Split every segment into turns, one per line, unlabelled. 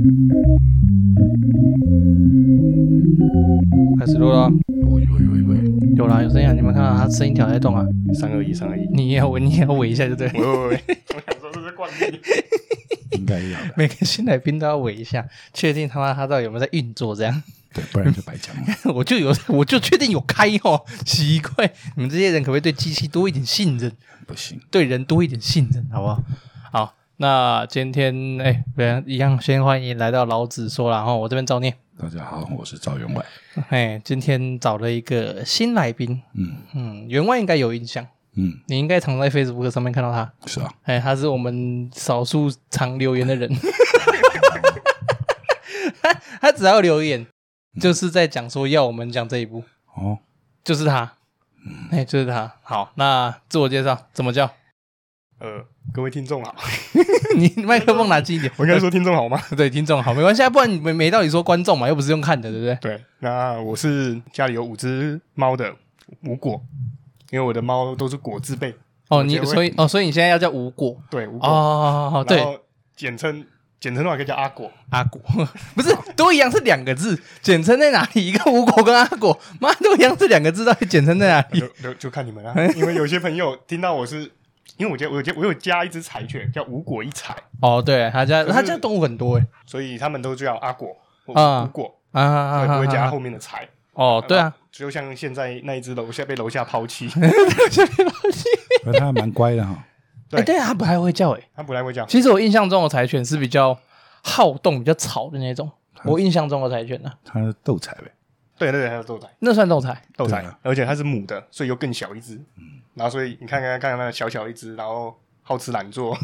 哦
声音调在动啊，
三二一，三二一。
你也要围，你也要围一下，就对了。
喂喂喂，我想说这是惯例。
应该要啊的，
每个新来宾都要围一下，确定他妈他到底有没有在运作这样。
对，不然就白讲了。
我就有，我就确定有开哦，奇怪，你们这些人可不可以对机器多一点信任，
不行，
对人多一点信任，好不好？好，那今天哎，不然一样，先欢迎来到老子说啦，然后我这边照念。
大家好，我是赵员外。
哎，今天找了一个新来宾，
嗯
嗯，员外应该有印象，
嗯，
你应该常在 Facebook 上面看到他。
是啊，
哎，他是我们少数常留言的人， 他他只要留言，
嗯
就是在讲说要我们讲这一部，
哦，
就是他，
嗯
哎，就是他。好，那自我介绍怎么叫？
呃，各位听众好，
你麦克风拿近一点，
我应该说听众好吗？
对听众好，没关系，啊，不然你没没道理说观众嘛，又不是用看的，对不 对？
对，那我是家里有五只猫的无果，因为我的猫都是果字辈，
哦，你
我觉得会
所以哦，所以你现在要叫无果
对无果，
哦，
然
对
后简称简称的话可以叫阿 果。
阿果不是都一样是两个字，简称在哪里？一个无果跟阿果，妈都一样是两个字，到底简称在哪里
就？就就看 你们啦、因为有些朋友听到我是，因为我家我有家我有加一只柴犬叫无果一柴，
哦，对他家
可是
他家动物很多哎。
所以他们都叫阿果或
啊
无果，
啊啊
所以
啊
不会
啊
加
啊
后面的柴。
哦，对啊，
只有像现在那一只楼下被楼下 抛弃，
不过他还蛮乖的哈。
对
哎，对啊，它不太会叫哎。
它不太会讲。
其实我印象中的柴犬是比较好动、比较吵的那种。我印象中的柴犬呢，啊
他是斗彩呗，
对对对，它有斗仔，
那算斗柴
斗
对
仔
啊，
而且它是母的，所以又更小一只。
嗯
然后所以你看看看看那小小一只，然后好吃 懒做，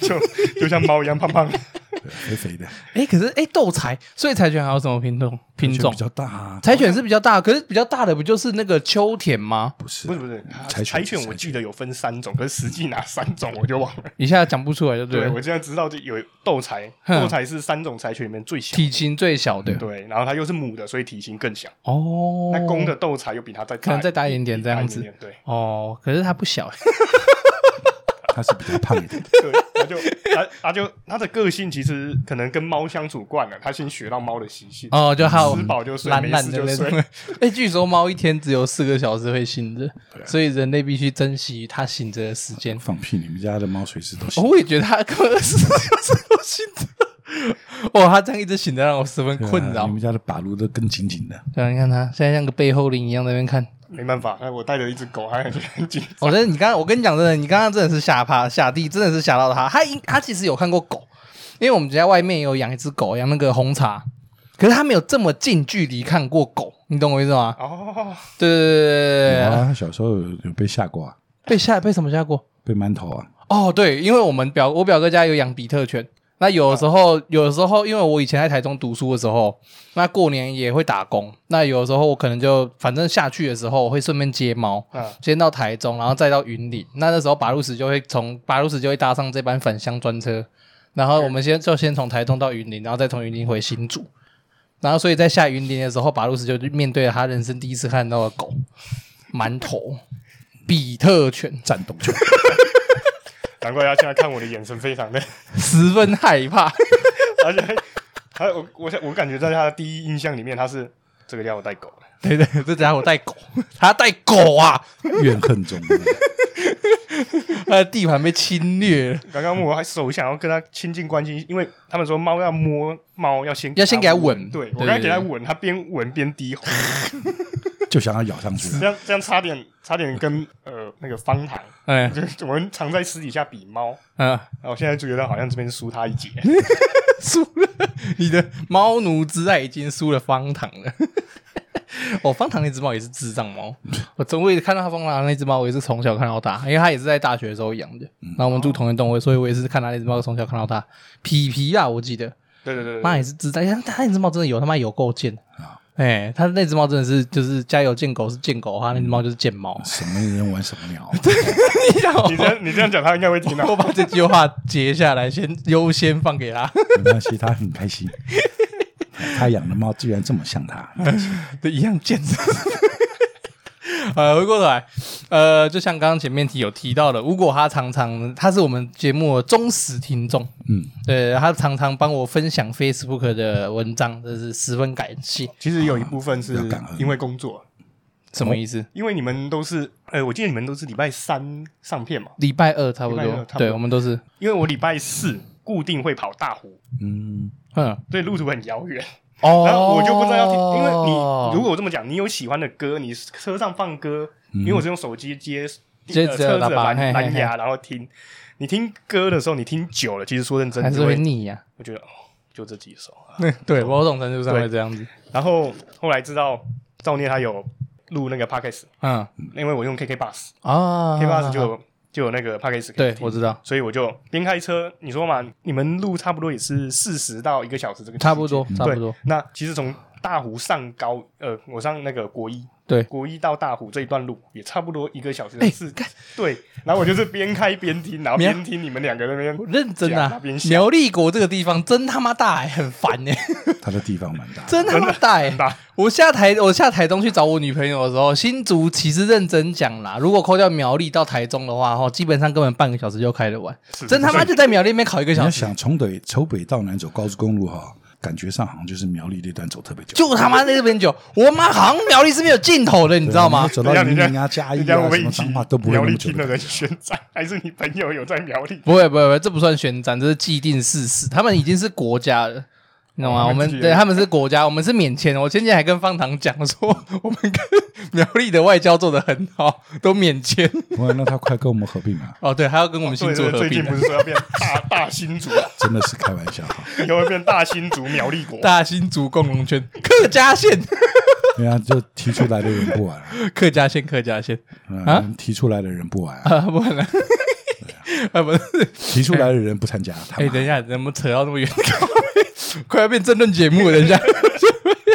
就就就像猫一样胖胖的。
对肥肥的，
哎，可是哎，斗柴，所以柴犬还有什么品种品
就
种
比？较大啊。
柴犬是比较大，可是比较大的不就是那个秋田吗？
不是
不是不是，
柴犬
柴
柴
犬
犬
我记得有分三种，可是实际哪三种我就忘了。
一下讲不出来就对
对，
了
我。现在知道这有斗柴，
哼
斗柴是三种柴犬里面最小。
体型最小的
对，然后它又是母的，所以体型更小。
哦，
那公的斗柴又比它再大，
可能再大一点点这样子
大一点点对。
哦，可是它不小，
他是比较胖一点。
对，他就他他就他的个性其实可能跟猫相处惯了，他先学到猫的习性，
哦，就还有
吃饱就睡，
懒
没
懒
事
的
就
那种
睡。。
哎、据说猫一天只有四个小时会醒着，所以人类必须珍惜它醒着的时 间。
放屁！你们家的猫随时都
哦
行。
我也觉得它可能四个小时都醒着。 哦，它这样一直醒着，让我十分
对啊
困扰
你。们家的把撸都更紧紧的，
对啊，你看它现在像个背后灵一样在那边看。
没办
嗯
法，那哎我带着一只狗，还很紧。
我觉得你刚刚，我跟你讲真的，你刚刚真的是吓趴下地，真的是吓到它。它应它其实有看过狗，因为我们家外面有养一只狗，养那个红茶，可是它没有这么近距离看过狗，你懂我意思吗？
哦，
对对对对对对
有
对，
啊，他小时候有有被吓过啊，
被吓被什么吓过？
被馒头啊，
哦，对，因为我们表我表哥家有养比特犬，那
啊
有时候、有时候，因为我以前在台中读书的时候，那过年也会打工，那有时候我可能就反正下去的时候我会顺便接猫，
啊
嗯，
先到台中，然后再到云林，那那时候八路石就会从八路石就会搭上这班返乡专车，然后我们先就先从台中到云林，然后再从云林回新竹。然后，所以在下云林的时候，巴路斯就面对了他人生第一次看到的狗——馒头比特犬，
战斗犬。
难怪他现在看我的眼神非常的，
十分害怕。
而且他我我想我感觉在他的第一印象里面，他是这个家伙带狗了，
对对，这家伙带狗， 他带狗啊，
怨恨中，
他的地盘被侵略了，
刚刚我还手想要跟他亲近关系，因为他们说猫要摸猫要先
要先给
它
它吻
对
对
我刚才
对
给他
对
吻，他边吻边低 吼，
就想要咬上去。
这样这样差点差点跟呃那个方台，
嗯
就是我们常在私底下比猫。
嗯，
然后我现在就觉得好像这边输他一截，
输了，你的猫奴之爱已经输了方糖了。 哦，方糖那只猫也是智障 猫，我从我也看到他方糖那只猫，我也是从小看到大，因为他也是在大学的时候养的，然后我们住同一栋位，所以我也是看他那只猫从小看到大。皮皮啊，我记得，
对对对对
妈也是智障，但他那只猫真的有他妈有够贱
啊
哎、他那只猫真的是就是家有贱狗是贱狗，他那只猫就是贱 猫。
什么人玩什么鸟啊？
你想我
你这样你这样讲，他应该会听到。
我把这句话截下来，先优先放给 他。
没关系，他很开心。 他养的猫居然这么像他，
对，一样 贱。呃，回过头来，呃，就像刚刚前面提有提到的，如果他常常他是我们节目的忠实听众，
嗯，
对他常常帮我分享 Facebook 的文章，这是十分感谢。
其实有一部分是
要感恩
因为工作，
什么意思？
因为你们都是，呃，我记得你们都是礼拜三上片嘛，
礼拜二差不
礼拜二差
多
不，多
对我们都是，
因为我礼拜四固定会跑大湖，
嗯，
嗯，
所以路途很遥远，
哦，
然后我就不知道要听，因为你如果我这么讲，你有喜欢的歌，你车上放歌，
嗯
因为我是用手机接
接着
呃车子
喇
的
叭
蓝
嘿嘿
蓝牙，然后听。你听歌的时候，你听久了，其实说认真
还是
就
会
会，
腻啊呀。
我觉得哦，就这几首啊。
对，某种程度上
对
会这样子。
然后后来知道赵念他有录那个 podcast，
嗯
因为我用 KK bus，KK
啊
bus 就有就有那个 podcast 可以
对，
听
我知道，
所以我就边开车，你说嘛，你们路差不多也是四十到一个小时这个区间
差不多，差不多
对。那其实从大湖上高，呃，我上那个国一，
对
国一到大湖这一段路也差不多一个小时
哎
是，对。然后我就是边开边 听，然后
没有
边听你们两个在那边
我认真
讲那
啊
边！想
苗栗国这个地方真他妈大、欸，很烦 哎、
他的地方蛮大的，
真他妈大哎、
很大，
我下台，我下台东去找我女朋友的时候，新竹其实认真讲啦，如果扣掉苗栗到台中的话，哈，基本上根本半个小时就开得完，
是
真他妈就在苗栗那边考一个
你
小
要
时，
想从北从北到南走高速公路哈，感觉上好像就是苗栗那段走特别久，
就他妈在这边久，我妈好像苗栗是没有尽头的，你知道吗
对你？走
等
到
一下
云
你这
林
样
啊、嘉义
人家
啊、
我
什
一
么
起
彰化都不会
苗
那
栗
么久
听的
的。
人宣战，还是你 朋友有在苗栗？
不会不会不会，这不算宣战，这是既定事实，他们已经是国家了。你懂吗？
哦
我
他们
们
自己
对
人
他们是国家，我们是免签。我前几天还跟方糖讲说，我们跟苗栗的外交做得很好，都免签。
不然那他快跟我们合并了，
哦，对，还要跟我们新
对
竹
对，
合
最近
并啊
不是说要变大大新竹，
真的是开玩笑哈。
以后会变大新竹苗栗国。
大新竹共荣圈，客家县，
人家啊就提出来的人不玩了，
客家县，客家县啊
嗯，提出来的人不玩啊，
啊，不可能 啊，不是，
提出来的人不参加，他
哎，
们
等一下，怎么扯到那么远？ 快要变政论节目了，等一下。
哎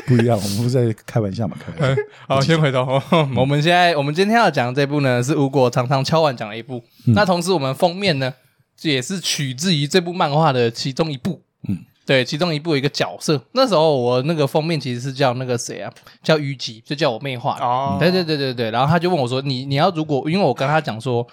不一样，我们不是在开玩笑嘛，开
嗯
玩笑。
好，先回头。 我们现在，我们今天要讲的这部呢，是吴果常常敲碗讲的一部。那同时，我们封面呢，也是取自于这部漫画的其中一部。
嗯，
对，其中一部有一个角色。那时候我那个封面其实是叫那个谁啊，叫虞姬，就叫我妹画的。
哦
对对对对对。然后他就问我说：“你你要如果，因为我跟他讲说。”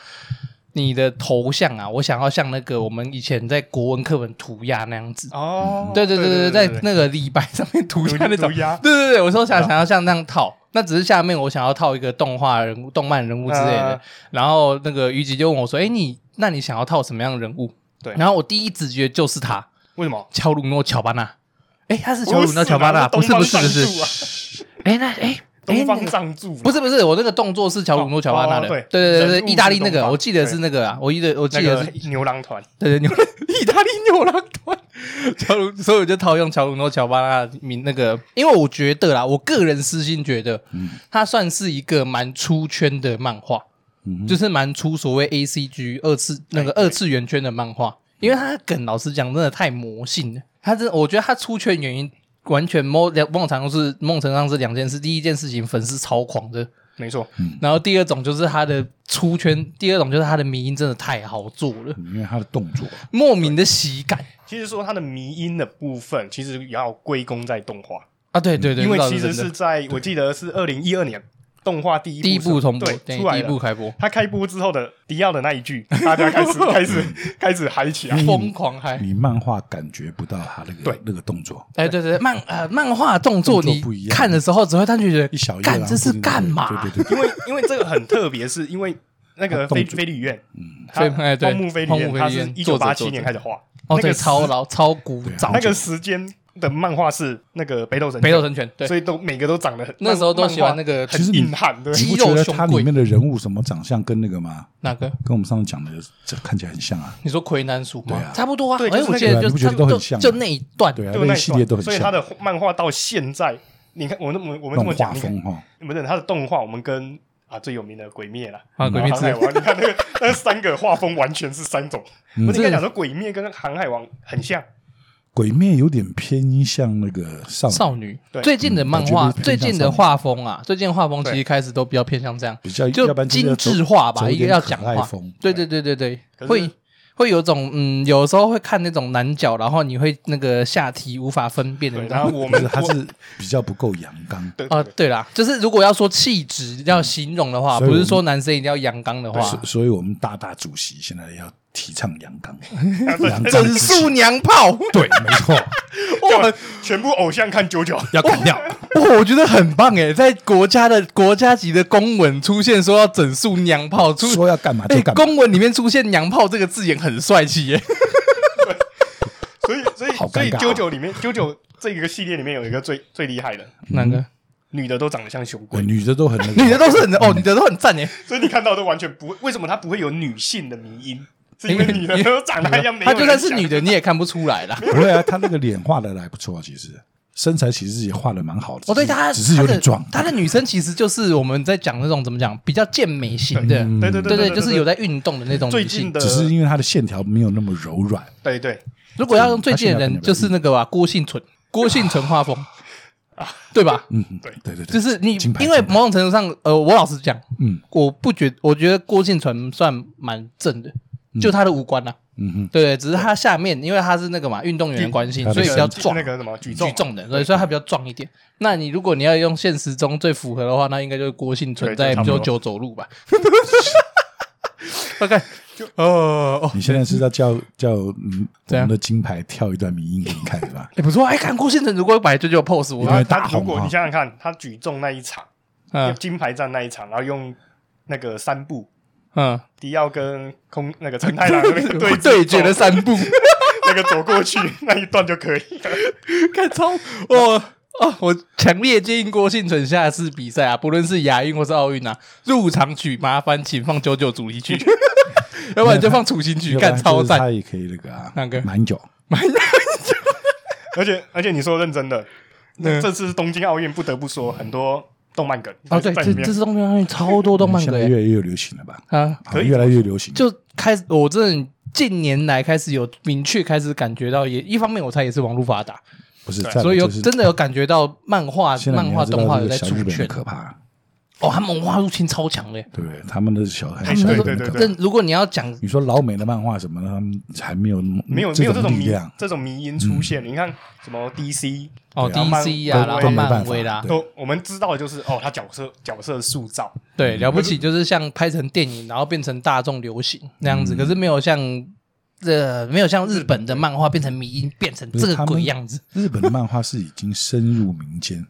你的头像啊，我想要像那个我们以前在国文课本涂鸦那样子，
哦，
对对对对，
对
在那个李白上面涂下那种，
涂鸦啊
对对对，我说想想要像那样套，那只是下面我想要套一个动画人物、动漫人物之类的
啊。
然后那个虞姬就问我说：“哎，你那你想要套什么样的人物？”
对
然后我第一直觉就是他，
为什么？
乔鲁诺·乔巴纳。哎，他是乔鲁诺·乔巴
啊
纳，不是不是不是，
是，
哎那哎
啊 东
哎
方藏柱
不是不是，我那个动作是乔鲁诺·乔巴纳的，
哦哦
对对
对
对
人物
对，
是
意大利那
东
个，
方
我记得是
对
那个啊，我记得我记
那
得
个
是
牛郎团，
对对，牛意大利牛郎团，乔鲁，所以我就套用乔鲁诺乔巴纳名那个，因为我觉得啦，我个人私心觉得，它算是一个蛮出圈的漫画，
嗯
就是蛮出所谓 A C G 二次那个二次元圈的漫画，因为它的梗老实讲真的太魔性了，它真的我觉得它出圈原因。完全某两某种程度是某种程度上是两件事，第一件事情粉丝超狂的，
没错，
然后第二种就是它的出圈，第二种就是它的迷因真的太好做了，
嗯因为他的动作，
莫名的喜感。
其实说它的迷因的部分，其实也要归功在动画，
啊，对对对，
因为
这倒
其实
真的
是在我记得是二零一二年动画第一
第一
部
部同步，
对
对，
出来
第一
了
部。开播，
他开播之后的迪奥的那一句，大家开始开始开始嗨起来。
嗯
疯狂嗨！
你漫画感觉不到他那个
哎对
那个动作，
哎，对对，对漫呃漫画动作
动作
你
不一样
看的时候只会，他就觉得
一小页啊，
干这是
不定
干嘛
对？对 对
因为因为这个很特别，是因为那个
它动
飞
作
飞利院，嗯，
飞哎对
荒木飞利
荒
院，
木
他
飞利
是
彦
一九
作者
八
作
七年
者
开始画，
哦，
那个
对，
时
超老超古
啊
早，
那个时间的漫画是那个北斗神
北
拳
斗神拳，对，
所以都每个都长得很
那时候都喜欢那个
其实
很
你
硬汉，对，
你不觉得它里面的人物什么长相跟那个吗？
哪个？
跟我们上次讲的这看起来很像啊，
你说魁南鼠
对
吗
啊？
差不多啊，
对
哎，
就是
我
那
记得
对
个
啊
就
你不觉得
差
都
就
很像
就那一段，
对啊，
就
那
那
一系列都很
所以他
像，
的漫画到现在，你看我那么我
那
这
种
么讲，
画
你看
风哈，
不是他的动画，我们跟啊最有名的《鬼灭》啦，
啊，鬼灭
航
之
海
刃，
王》，你看那个那三个画风完全是三种，
嗯
我应该讲说《鬼灭》跟《航海王》很像，
鬼灭有点偏向那个少女，
少女
对
最近的漫
嗯我
画，
觉得
最
偏向
近的
少女
画风啊，最近画风其实
对
开始都比较偏向这样，
比较
就
要不然
精
是走
致化吧，
走
一个
点
要
可
讲
爱
话
风，，
对对对对对，
可是
会会有种嗯，有时候会看那种男角，然后你会那个下体无法分辨的
对，
那
然后
种。
我
嗯可
们
是它
我
是比较不够阳刚，
对
啊，对啦，就是如果要说气质要形容的话，
所以我
不
们
是说男生一定要阳刚的话，
所所以我们大大主席现在要提倡阳 刚，阳
这
刚
整
之
数
气
娘炮，
对，没错，
哇
全部偶像看九九，
要干掉。
哇，哦我觉得很棒哎，在国家的国家级的公文出现说要整数娘炮，出
说要干嘛 就
哎、
干嘛，
公文里面出现“娘炮”这个字眼很帅气欸 耶，
所以所以
好
所以
尴尬啊
九九里面九九这一个系列里面有一个最最厉害的，
哪
嗯
个？
女的都长得像熊
对
鬼，
女的都很那个
女的都是很哦，女的都很 赞耶，
所以你看到都完全不会，为什么她不会有女性的迷音？是因为女的都长得像没有人
她
像，
就算是女的你也看不出来 啦。
不会啊，她那个脸画的还不错，其实身材其实也画的蛮好的。
哦，对，
只是
她
只是有点壮。
她的她的女生其实就是我们在讲那种怎么讲，比较健美型的，
嗯
对 对
对
对，
就是有在运动的那种
最
女
近
性。
的，
只是因为她的线条没有那么柔软，
对对，
如果要用最近的
她现在
人，
比较
就是那个吧，郭幸存，郭幸存画 风，
啊
对吧？
嗯，
对
对对
就
对，
是你
金，牌
因为
金牌
某种程度上，呃，我老实讲，
嗯
我不觉，我觉得郭幸存算蛮正的，就他的五官啊，
嗯哼，
对，只是他下面，因为他是那个嘛运动员的关系，
嗯
所以比较
那
壮
那，个什么举重啊
举重的，所以说他比较壮一点。那你如果你要用现实中最符合的话，那应该就是郭幸存
对
在
就差不
九
多
九走路 吧。OK，哦哦，
你现在是要叫叫嗯我
怎样
们的金牌跳一段迷音给你看是 吧？
也不错。哎，看郭幸存如果摆九九 pose，
因
我
为
他
大
他如
红
果
啊
你想想看，他举重那一场，
嗯
金牌战那一场，然后用那个三步。
嗯，
迪奥跟空那个陈太 郎那个对
对决的
的
三 步，
那个走过去那一段就可以了。
看超 我哦，我强烈建议郭幸存下次比赛啊，不论是亚运或是奥运啊，入场曲麻烦请放九九主题 曲，要不然就放楚行曲，
要不然
干超
就是
赞。
她也可以那个啊，
哪个
蛮久，
而且而且你说认真的，
嗯
这次东京奥运不得不说很多动漫梗
哦，对，
在
这
里面
这。是动漫超多动 漫
现
的
在
耶
越来越流行了吧？
啊，
啊
可以
越来越流行，
就开始，我真的近年来开始有明确开始感觉到也，一方面我猜也是网络发达，
不是，
对
再来
所以有
就是
真的有感觉到漫画、
现在
漫
你
画、
要知道
动画有
这
在
个小
出
日本
圈
很。可怕，
哦，他们文化入侵超强的耶，
对不对？他们的小孩，
他
小
们
日
那时
对对
本很
对
候
可怕。
真，如果你要讲
你说老美的漫画什么的，他们还没有
没
没
有没有这种
力
迷
量，嗯
这种迷因出现，你看什么 DC
哦
然后漫
DC 啊，
对
然后
对
没办法
漫威啦，
对
都我们知道的就是哦，他角色角色塑造，
对，了不起就是像拍成电影，然后变成大众流行那样
嗯
子，可是没有像这没有像日本的漫画变成迷音，变成这
不是
个
他们
鬼样子。
日本的漫画是已经深入 民间，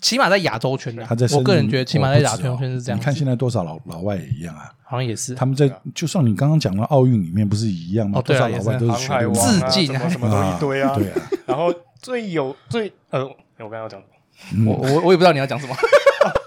起码在亚洲圈啊
他在，深
我
入
个人觉得起码在亚
我
洲
不知道
圈是这样
你看
子，
现在多少老老外也一样啊，
好像也是
他们在就像你刚刚讲的奥运里面不是一样吗？
哦对
多
啊
少老外都
航
是学
海
日
王
文
自
啊，
尽
什
啊
么什么都一堆啊。
对啊，
然后最有最呃，我刚刚要讲什么？
我我我也不知道你要讲什么。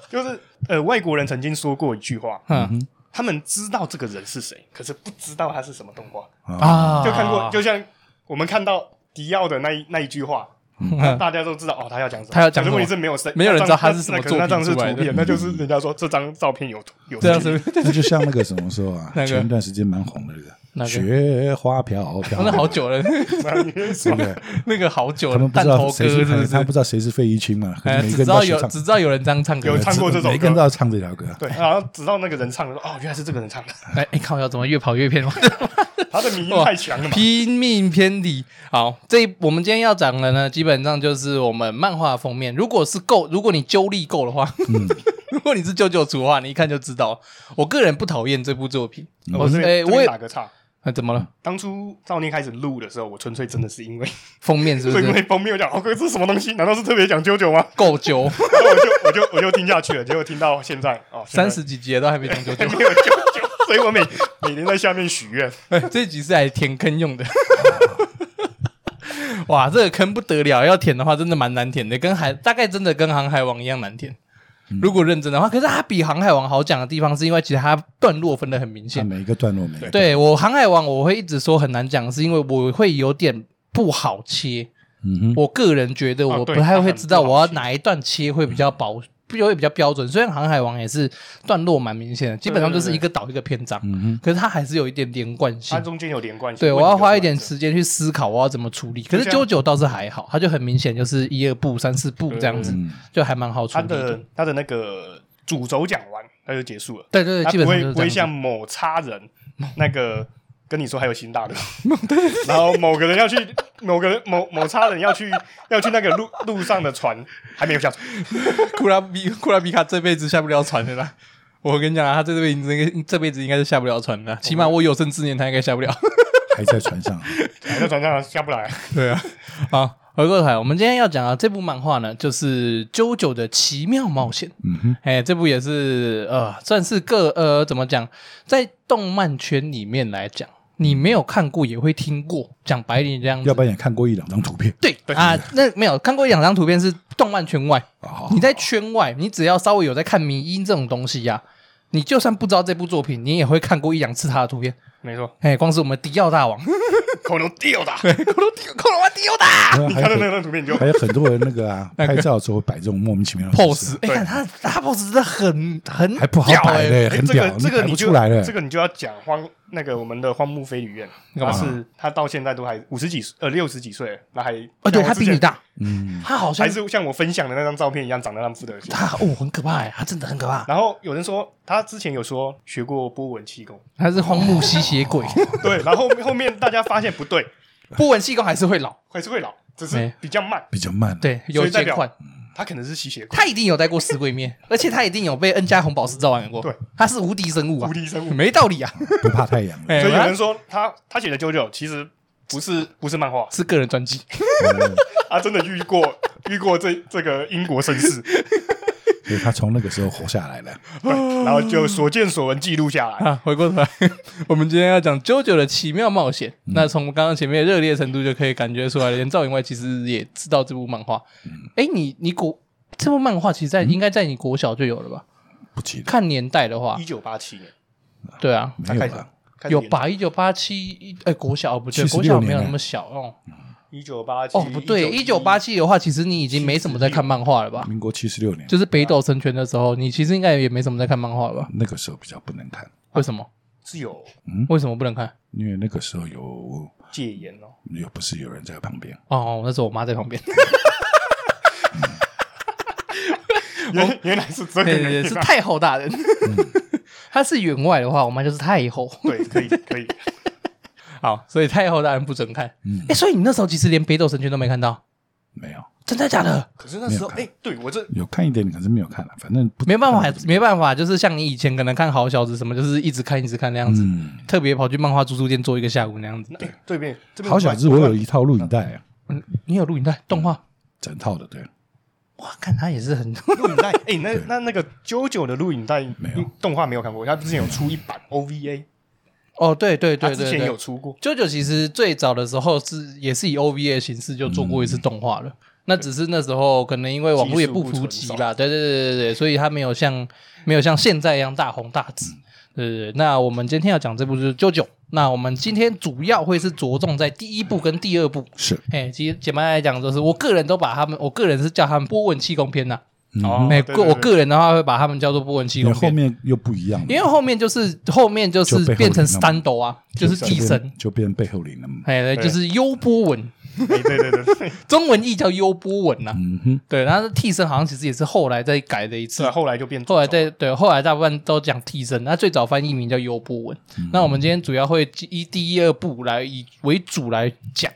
就是呃，外国人曾经说过一句话，
嗯
他们知道这个人是谁，可是不知道他是什么动画。
啊
就看过，就像我们看到迪奥的那一那一句话，那大家都知道哦，他要讲什么。
嗯他要讲什
可
么
是问题是没有谁，
没有人知道他是什么
那可能那张是
作
图
品出来的
片，那就是人家说这张照片有图有
这样
图
是
那就像那个什么时候啊
那，个
前一段时间蛮红的那
那个
个雪花飘 飘，
那好久了，
对不对？
那个好久
他
了
们，不
弹
知
头
道
歌
谁
是
是，
不
他
是
不？知道谁是费玉清嘛，可
哎，
是每
只知
个人
道
都去
有
唱呃
只知道有人这样唱歌
有，唱过这首歌
每个人都要唱这条歌，
对，然后直到那个人唱的时候，哦，原来是这个 人唱的，
哎哎，看我要怎么越跑越偏，
他的名音太强了嘛。
拼命偏离。好，这一我们今天要讲的呢，基本上就是我们漫画封面。如果是够，如果你揪力够的话，
嗯
如果你是九九族的话，你一看就知道。我个人不讨厌这部作品，我
嗯
我
是
哦这
哎，
边这
我
边
也
打个岔，
哎怎么了？
当初少年开始录的时候，我纯粹真的是 因为
封面是不
是因为
是
封面我讲，哦，哥这是什么东西？难道是特别讲啾 啾吗？
够 揪？
然后我就我就我就听下去了，结果听到现在哦，现
三
在
十几集了都还没讲九九
还，没有啾啾，所以我每每天在下面许 愿。
哎这集是来填坑用的。 哇，这个坑不得了，要填的话真的蛮难填的，跟海大概真的跟航海王一样难填。如果认真的话，可是它比航海王好讲的地方，是因为其实它段落分的很明
他
显。
每一个段落每个
对我航海王，我会一直说很难讲，是因为我会有点不好切。
嗯哼，
我个人觉得我不
哦对
太会
它很
知道
不好
我要
切
哪一段切会比较保，比较会比较标准。虽然航海王也是段落蛮明显的，基本上就是一个岛一个篇章，
嗯哼，
可是它还是有一点连贯性
它。中间有连贯性。
对，
问
我
题
要
就是
花一
完
点
整
时间去思考我要怎么处理。可是
就
九
像
九倒是还好，它就很明显就是一二步、三四步这样子
嗯，
就还蛮好处
它
理的。
的它的那个主轴讲完，它就结束了。
对对对，
它
基
不
本上
会
就是这
不会
样
像
子。
某差人那个跟你说还有新 大陆，然后某个人要去某个人某某差人要去要去那个路路上的船还没有下船，
库拉比库拉比卡这辈子下不了船的啦。 我跟你讲啊，他这辈子应该这辈子应该是下不了船的，起码我有生之年他应该下不了。
还在船上，啊
还在船上下不来。
对啊， 好，回过头来，我们今天要讲的这部漫画呢，就是《啾啾的奇妙冒险》。
嗯 哼，
哎，这部也是呃，算是个呃，怎么讲，在动漫圈里面来讲，你没有看过也会听过，讲白一点这样
要
子。
不然也看过一两张图片。
对啊，那没有看过一两张图片是动漫圈外，
哦
你在圈外，你只要稍微有在看迷音这种东西呀、你就算不知道这部作品，你也会看过一两次他的图片。
没错，
哎，光是我们迪奥 大王，
口头掉 的。
恐龙迪恐龙王迪奥大
对啊
你
还
看到
有
那
很
张图片你就
还有很多人 那个啊，拍照的时候摆这种莫名其妙的 姿
pose，
势
哎，看他他 pose 真的很很
还不好
屌
摆
哎
嘞，
哎
很
这
屌欸
个，这个
你摆
你
不
就
出来了。
这个你就要讲荒那个我们的荒木飞吕彦，
干
他
嘛
是他到现在都还五十几呃六十几岁了，那还
啊，对
哎像我
他
之
比
前
你大，
嗯，
他好像
还是像我分享的那张照片一样长得那么富德 型。
他哦，很可怕哎，他真的很可怕，
然后有人说他之前有说学过波纹气功，
他是荒木吸血 鬼，
对，然后后面后面大家发现不对，
波纹气功还是会老，
还是会老，只
没
是比较慢。
比较慢。，啊
对，有
所以代
些
表
款，
他可能是吸血鬼，
他一定有待过死鬼面，而且他一定有被 N 加红宝石召唤过，
对，
他是无敌生物啊
无，敌生物。
没道理啊，
不怕太 阳了。
哎
所以有
我要
人说他他写的《九九》其实不是不是漫画，
是个人传记，
嗯
他真的遇过遇过这这个英国绅士，
所以他从那个时候活下来了。
对，然后就所见所闻记录下来。
啊，回过头来， 我们今天要讲《啾啾的奇妙冒险》。那从刚刚前面的热烈程度就可以感觉出来，连赵员外其实也知道这部漫画。哎、你你国这部漫画其实在、应该在你国小就有了吧？
不记得，
看年代的话
一，九八七年，
对啊，
没
他
有
开始
了。
开始
有吧？一九八七，哎，国小哦不对，
76
国小没有
年
那么小哦。
一九八七
哦，不对，一九八七的嗯话，其实你已经没什么在看漫画了吧？
民国七十六年，
就是北斗神拳的时候，你其实应该也没什么在看漫画了吧？
那个时候比较不能看，
为什么？
是有
为什么不能看？
因为那个时候有
戒严哦，
有不是有人在旁边，
哦，那时候我妈在旁边。
原原来是这 个
对对 对，
原
是嗯
因啊，
太后大人。 他是员外的话，我妈就是太后。
对，可以 可以，
好，所以太后大人不准看。哎、
嗯
所以你那时候其实连北斗神拳都没看到，
没有
真的假的？
可是那时候
没有看
哎，对我这
有看一点，可是没有看了，啊反正不
没办法，没办法，就是像你以前可能看好小子什么，就是一直看一直看那样子，
嗯，
特别跑去漫画租书店做一个下午那样子。
哎对面这边
好小子，我有一套录影带啊，
嗯，你有录影带动画？
整套的，对，
哇，看他也是很
录影带，哎，那那那个啾啾的录影带
没有
动画没有看过，他之前有出一版 OVA，
哦，对对
他
对
之
对
前有
对。
出过，
舅舅其实最早的时候是也是以 OVA 的形式就做过一次动画了，那只是那时候可能因为网络也不普及啦，对对对对对，所以它没有像没有像现在一样大红大紫。对对对，那我们今天要讲这部就是舅舅，那我们今天主要会是着重在第一部跟第二部。
是，
哎，其实简单来讲，就是我个人都把他们，我个人是叫他们波纹气功篇呐、
哦
哎、
对
个
对
我
对
个人的话会把他们叫做波纹气
因为
功
后
篇，
面又不一样了，
因为后面就是后面就
就背
是
后
变成
里那么
stand 啊，就是
就
替
变
身，
就变背后灵了嘛，
哎，对就是优波纹，
哎对对对对，
中文译叫优波纹呐、啊
嗯哼，
对，然后替身好像其实也是后来再改的一次
是啊，后来就变
后来对对，后来大部分都讲替身，那最早翻译名叫优波文。那我们今天主要会以第一、二部来以为主来讲。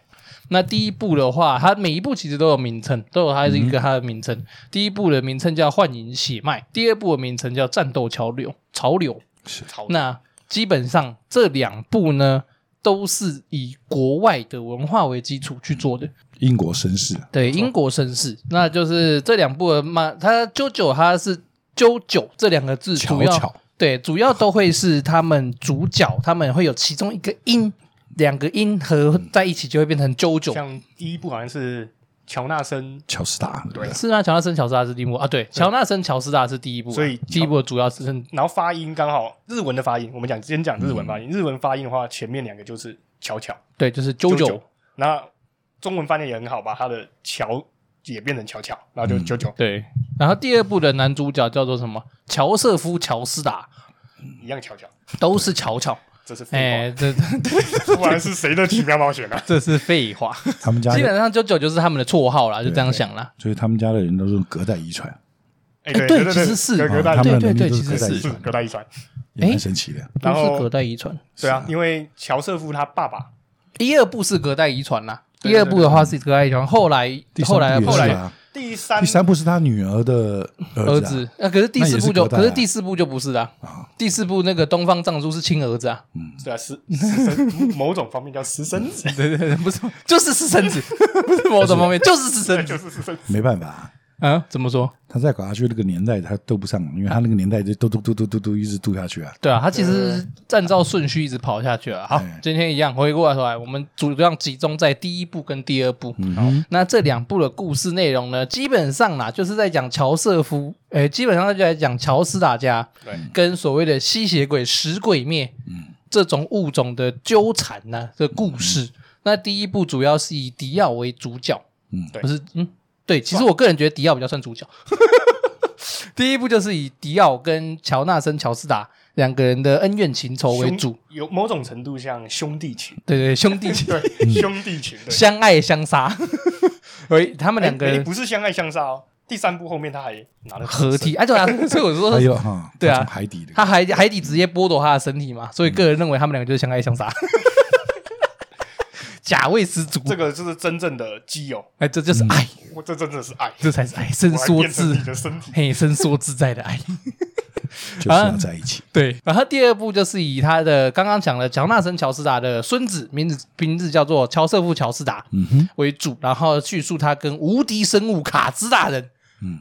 那第一部的话，它每一部其实都有名称，都有它的一个它的名称。第一部的名称叫《幻影血脉》，第二部的名称叫《战斗潮流》潮流。
是
潮
那基本上这两部呢，都是以国外的文化为基础去做的。
英国绅士，啊
对，英国绅士，那就是这两部的嘛，它啾啾它是啾啾这两个字主
巧
要
巧，
对，主要都会是他们主角，他们会有其中一个音，两个音合在一起就会变成啾啾。
像第一部好像是乔纳森，
乔斯达，对不对，
是吗？啊乔纳森·乔斯达是第一部啊，对，乔纳森·乔斯达是第一部啊，
所以
第一部的主要是
然后发音刚好日文的发音，我们讲先讲日文发音，日文发音的话，前面两个就是巧巧
对，就是啾啾，，
那中文翻译也很好，把它的乔也变成巧巧，然后就九九
对。然后第二部的男主角叫做什么？乔瑟夫·乔斯达，
一样巧巧，
都是巧巧。
这是废
哎，这？
话，不然是谁的奇妙冒险呢
这是废话，
他们家
基
的，
本上啾啾就是他们的绰号啦，就这样想啦。
所以他们家的人都是隔代遗传，
哎，
哎对
对对，
其实是
隔
对
隔
啊
代
他们
对
的能力
对
都是
其实
隔代
对
遗
是
传，
隔代遗传，
也
哎
蛮神奇的，
都
然
是
后
隔代遗传。
对啊，因为乔瑟夫他爸爸
第二部是隔代遗传啦，
对
第二部的话是隔代遗传，后来
第三
后
部
来
也
后
是
来
啊，
第三
第三部是他女儿的
儿
儿子
子，啊，可是第四部
那也是
就，
隔代啊
可是第四部就不是啦、
哦
第四部那个东方藏珠是亲儿子啊，
对啊，私私生某种方面叫私生子，
对对对，不是，就是私生 子，不是某种方面，就是私生
就
子
是私生子。
啊，没办法，
啊？怎么说？
他再搞下去那个年代他斗不上，因为他那个年代就嘟嘟嘟嘟嘟嘟一直嘟下去啊。
对啊，嗯他其实按照顺序一直跑下去了。好，今天一样回过头来，我们主要集中在第一部跟第二部。
嗯，
那这两部的故事内容呢，基本上啦，就是在讲乔瑟夫，诶，基本上就在讲乔斯达家
对
跟所谓的吸血鬼食鬼灭，这种物种的纠缠呢、的故事。那第一部主要是以迪奥为主角，
嗯
对
不是，嗯，对，其实我个人觉得迪奥比较算主角。 第一部就是以迪奥跟乔纳森·乔斯达两个人的恩怨情仇为
兄
主，
有某种程度像兄弟情，
对对，兄弟情，
对，兄弟情， 对，
相爱相杀， 喂，他们两个
哎哎
人
不是相爱相杀哦。第三部后面他还拿了
合体，哎，对啊， 所以我
还
说
有哈，
对啊
他从海底的
他海海底直接剥夺他的身体嘛，所以个人认为他们两个就是相爱相 杀，假为十足。
这个就是真正的基友，
哎，这就是爱，
我这真的是爱，
这才是爱，伸
我还
缩
变成
自
你的身体，
嘿，伸缩自在的爱。
就是要
嗯
在一起。
对，然后第二部就是以他的刚刚讲的乔纳森·乔斯达的孙子，名字名字叫做乔瑟夫·乔斯达
嗯哼，
为主，然后叙述他跟无敌生物卡兹大人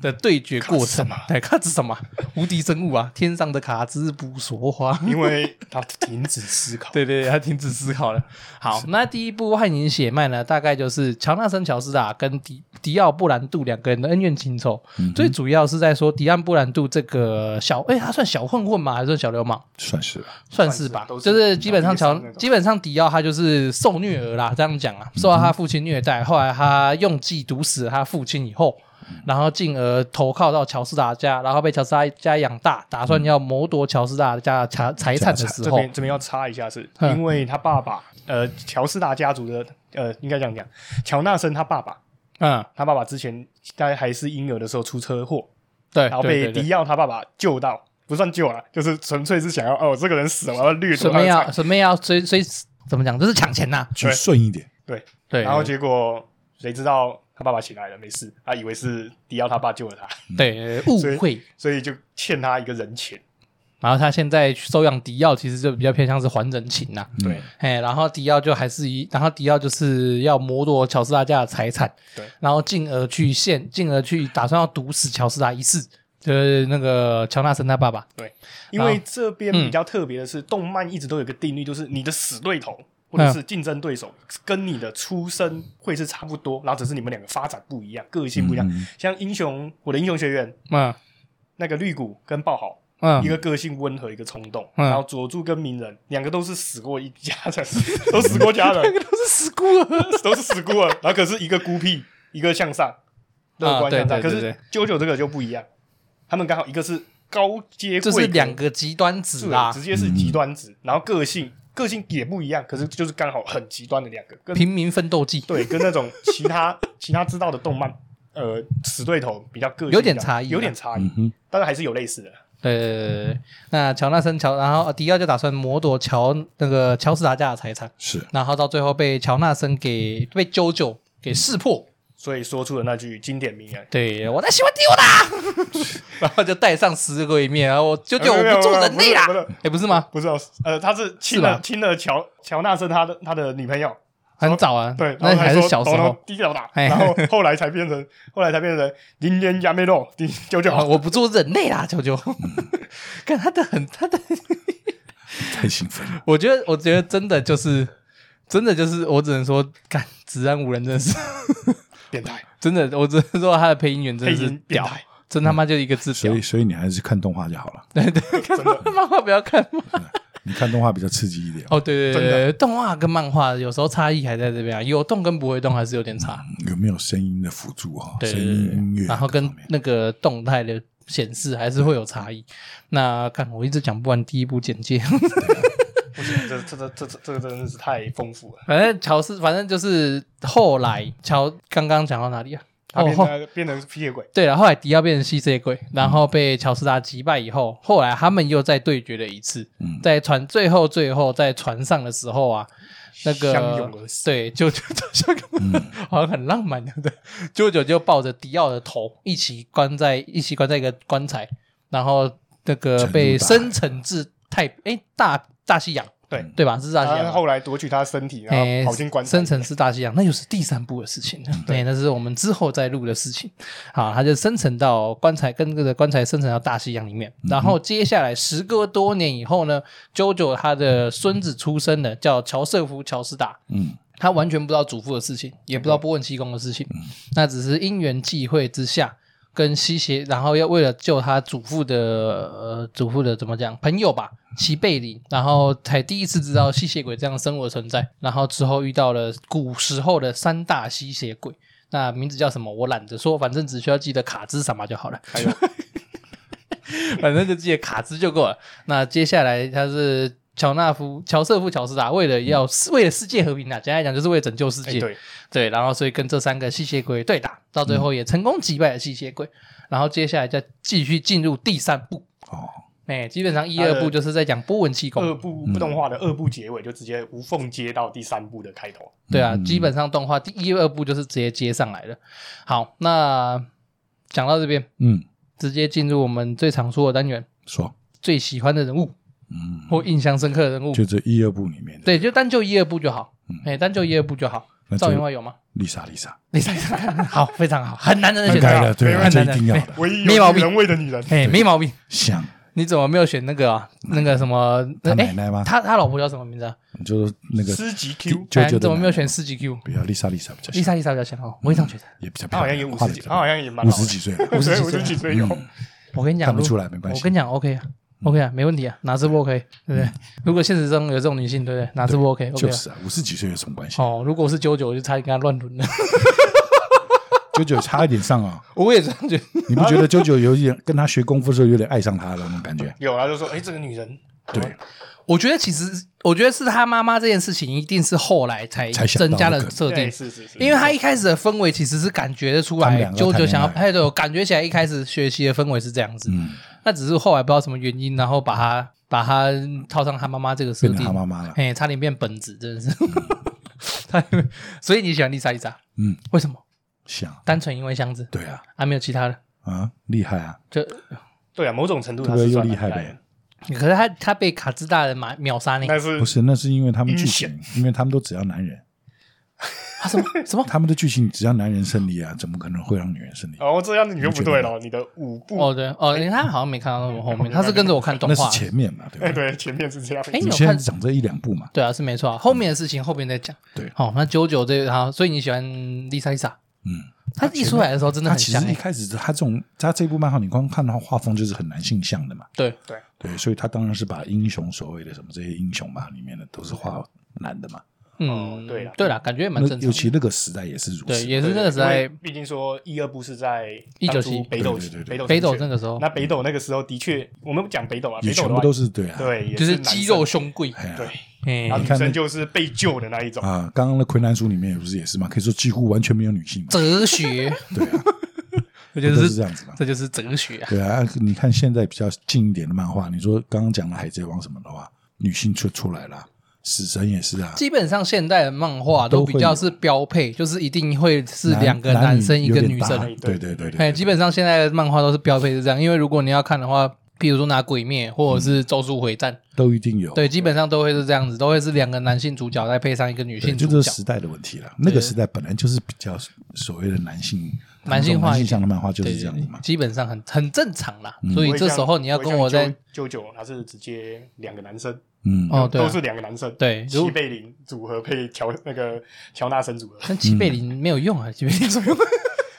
的对决过程。对，嗯卡兹什么？无敌生物啊，天上的卡兹不说话。
因为他停止思考。
对对，对他停止思考了。好，那第一部《汉宁血脉》呢，大概就是乔纳森·乔斯达跟迪迪奥·布兰度两个人的恩怨情仇，最主要是在说迪安·布兰度这个小，哎，他算小混混吗？还是算小流氓？
算是吧。
算是吧，
算是都是
就是基本上
打
乔
猎上那，种
基本上迪奥他就是受虐儿啦，这样讲啊，受到他父亲虐待，后来他用计毒死了他父亲以后，然后进而投靠到乔斯达家，然后被乔斯达家养大，打算要谋夺乔斯达家的财财产的时
这
候，
边这边要插一下是，
嗯
因为他爸爸，呃，乔斯达家族的，呃，应该这样讲，乔纳森他爸爸，
嗯，
他爸爸之前在还是婴儿的时候出车祸，
对，
然后
对
被迪奥他爸爸救到，不算救了，就是纯粹是想要哦，这个人死了，我要掠夺
准
他
备
的
要
财。
准备要追追怎么讲，就是抢钱呐、
去顺一点，
对，
对，
然后结果谁知道他爸爸醒来了，没事，他以为是迪奥他爸救了他，
对误
所以
会，
所以就欠他一个人情。
然后他现在收养迪奥，其实就比较偏向是还人情呐、
对，
嗯
哎，然后迪奥就还是一，然后迪奥就是要剥夺乔斯达家的财产，
对，
然后进而去陷，进而去打算要毒死乔斯达一世，就是那个乔纳森他爸爸，
因为这边比较特别的
嗯
是，动漫一直都有一个定律，就是你的死对头或者是竞争对手
嗯
跟你的出身会是差不多，然后只是你们两个发展不一样，个性不一样。
嗯
像英雄，我的英雄学院
嗯
那个绿谷跟爆豪，
嗯，
一个个性温和，一个冲动。
嗯
然后佐助跟鸣人两个都是死过一家人， 都死过家人，
都是死孤儿，
都是死过了。然后可是一个孤僻，一个向上，乐观
对
向上。
对
可
对
是
对
九九这个就不一样，他们刚好一个是高阶
就
贵
是
族
两个极端子啊
是
啦
直，接是极端值，然后个性个性也不一样，可是就是刚好很极端的两个，跟
平民奋斗记，
对跟那种其他其他知道的动漫呃死对头比较个性
有点
比较
差异啊
有点差异
嗯，哼，
但是还是有类似的。
对对对对对，那乔纳森乔，然后迪奥就打算剥夺乔那个乔斯达家的财产，
是
然后到最后被乔纳森给被啾啾给识破，
所以说出了那句经典名言：
对我在喜欢迪奥达， 然后就带上食鬼面，然后我啾啾
哎没有没
我
有
不做人类啦
不是不是，
哎不是吗？
不是哦，呃，他是亲
是吧
了亲了乔乔纳森他的他的女朋友，
很早啊，
对，然
那
后
还
还
是
说
小时候。
低调打，
哎
然后后来才变成后来才变成林连亚梅洛，第九九
啊我不做人类啦，啾啾。 看他的很，他的，
太兴奋了。
我觉得，我觉得真的就是，真的就是，我只能说，干，直安无人真的是，
变态，
真的，我只能说他的配音员真
配
的是
音变
屌，
态，
真他妈就一个字
所
屌
以，。所以你还是看动画就好了。
真 的。
漫画不要看吗？
你看动画比较刺激一点，
哦，对对对
真
对，动画跟漫画有时候差异还在这边啊，有动跟不会动还是有点差。
有没有声音的辅助哈？
对
声
对
音
对
音乐，啊
然后跟那个动态的显示还是会有差异。那看我一直讲不完第一部简介，
不行，这这这这这这个真的是太丰富了。
反正乔斯，反正就是后来乔刚刚讲到哪里啊？
他
哦，
变
后
成变成吸血鬼，
对了，后来迪奥变成吸血鬼，然后被乔斯达击败以后，后
嗯
来他们又再对决了一次，在船最后最后在船上的时候啊，那个
相拥而死
对，舅舅相拥而死，好像很浪漫的。对，舅舅就抱着迪奥的头一起关在一起关在一个棺材，然后那个
沉入
被
大海
深沉至太哎大大西洋，
对
对吧？是大西
他
洋。
后来夺取他身体，
哎
然，后跑进棺材
深。层是大西洋，那又是第三部的事情了。对，那是我们之后再录的事情。好，他就深层到棺材，跟这个棺材深层到大西洋里面。然后接下来时隔多年以后呢，JoJo 他的孙子出生了，叫乔瑟夫·乔斯达。
嗯，
他完全不知道祖父的事情，也不
嗯
知道波纹气功的事情，那只是因缘际会之下跟西协，然后要为了救他祖父的呃祖父的怎么讲朋友吧，齐贝里，然后才第一次知道吸血鬼这样的生活存在，然后之后遇到了古时候的三大吸血鬼，那名字叫什么我懒得说，反正只需要记得卡兹什么就好了。
还有
反正就记得卡兹就够了。那接下来他是乔纳夫、乔瑟夫、乔斯达，为了要、为了世界和平啊，简单来讲就是为了拯救世
哎
界，
对，
对然后所以跟这三个吸血鬼对打，到最后也成功击败了吸血鬼。然后接下来再继续进入第三部，
哦，
哎、基本上一
他的
二部就是在讲波纹气功，
二部不动画的二部结尾就直接无缝接到第三部的开头。
对啊，
嗯
基本上动画第一二部就是直接接上来了。好，那讲到这边，
嗯，
直接进入我们最常说的单元，
说，
最喜欢的人物
嗯，
或印象深刻的人物。
就这一二部里面的
对，就单就一二部就好
嗯，
哎、单就一二部就好
那。就
赵员外有 吗？
丽莎，丽莎，
你猜猜看，好，非常好，很难的选
应该
择
的，，对
很
啊，
难
这
的
一定要的，
唯一
没
有
毛
女
病
人味的女人，
哎、没毛病。
像
你怎么没有选那个啊？那个什么？
他
那
奶
哎、
奶吗？
他他老婆叫什么名字啊？
就是那个
司机 Q，
舅
哎
舅
你
的
怎么
奶嗯
没有
奶
选四级 Q？
不要丽莎，丽莎比较
丽
像，
莎丽莎比较像哦，我也这样觉得。
也比较
他
漂
好
亮，
像也五
画得
十几，
比较
他好像也蛮
五
老
十
的
几 岁了，
五十几岁
对五十几
嗯
岁有。
我跟你讲，
看不
如
出来没关系嗯
我跟你讲，OK 啊，OK 啊，没问题啊，哪只不 OK？对不对？如果现实中有这种女性，对不对？哪只不 OK？OK 啊。
就是啊，五十几岁有什么关系？
哦，如果是九九，我就差点跟他乱 伦了。
九九差一点上啊，
我也这样觉得。
你不觉得九九有一点跟他学功夫的时候有点爱上他的那种感觉？
有他就说，哎，这个女人
对，
我觉得其实，我觉得是他妈妈这件事情，一定是后来才
才想到
增加
这
了
个
设定
哎。是是是，
因为他一开始的氛围其实是感觉得出
他们
来，
两个
九九
谈恋
想要
爱
哎，对，我感觉起来一开始学习的氛围是这样子，
嗯，
那只是后来不知道什么原因，然后把他把他套上他妈妈这个设
变成他
定，
妈妈了。
哎，差点变本子，真的是， 差点变。所以你喜欢丽莎丽莎，
嗯，
为什么？
像，
单纯因为箱子，
对啊，
啊，没有其他的，
啊，厉害啊，
就
对啊，某种程度
特
他
别
是
又
算
厉害
男
呗
人。。
可是他他被卡兹大人秒秒杀那个
但是
不是，那是因为他们
嗯
剧情
阴，
因为他们都只要男人，
啊什么什么
他们的剧情只要男人胜利啊，怎么可能会让女人胜利？
哦，这样你就不对了，你的五部
哦对哦，他好像没看到那么后面，他是跟着我看动
嗯哎那
画
是，前面嘛，对
哎
吧？
对，前面是这样，
哎你
你
有
现在
看
讲这一两部嘛，
对啊，是没错、啊，后面的事情后面再讲。
对
好、那九九这个好，所以你喜欢 Lisa Lisa，
嗯，
她一出来的时候真的
他
很
其
像、
实一
欸，
开始他这种他这部漫画，你光看他画风就是很男性向的嘛，
对，
对，所以他当然是把英雄所谓的什么这些英雄嘛里面的都是画男的嘛，
嗯，
哦对啦
对啦，感觉也蛮
那
正常
尤
的，
其那个时代也是如
对，
此，
也是那个时
因为
代
毕竟说一二部是在
1971
当初北斗
对对对对
北斗
北斗
神
那
拳
个时候，
那北斗那个时候的确，我们不讲北斗啊，
也
北
全
斗的
部
话
都是对啊，
对，也
就是
男生
肌肉兄 贵，
哎呀
对，
哎、
然后女
看那
生就是被救的那一种，
啊，刚刚的《魁南书》里面也不是也是嘛，可以说几乎完全没有女性嘛，
哲学，
对啊，
这就
都是这
是
样子嘛。
这就是哲学啊，
对啊，啊你看现在比较近一点的漫画，你说刚刚讲的《海贼王》什么的话，女性就出来了，死神也是啊，
基本上现代的漫画
都
都
会
比较是标配，就是一定会是
男
两个
男
男
女
生一
有
个
点
女
搭
生，
对对对
哎，
对，
基本上现在的漫画都是标配是这样，因为如果你要看的话，譬如说拿《鬼灭》或者是《咒术回战》
都一定有，
对，基本上都会是这样子，都会是两个男性主角再配上一个女
对，
性
就
主
这是
角。
时代的问题了。那个时代本来就是比较所谓的男性
男性化
男
一点
性向的漫画就是
对
这样
对
子
对
嘛，嗯
基本上很很正常啦。所以这时候你要跟我在
九九，他是直接两个男生，
嗯，
哦，对啊
都是两个男生，
对如
齐贝林组合配乔那个乔纳森组合，
但齐贝林没有
嗯
用啊，齐贝林有 什么用？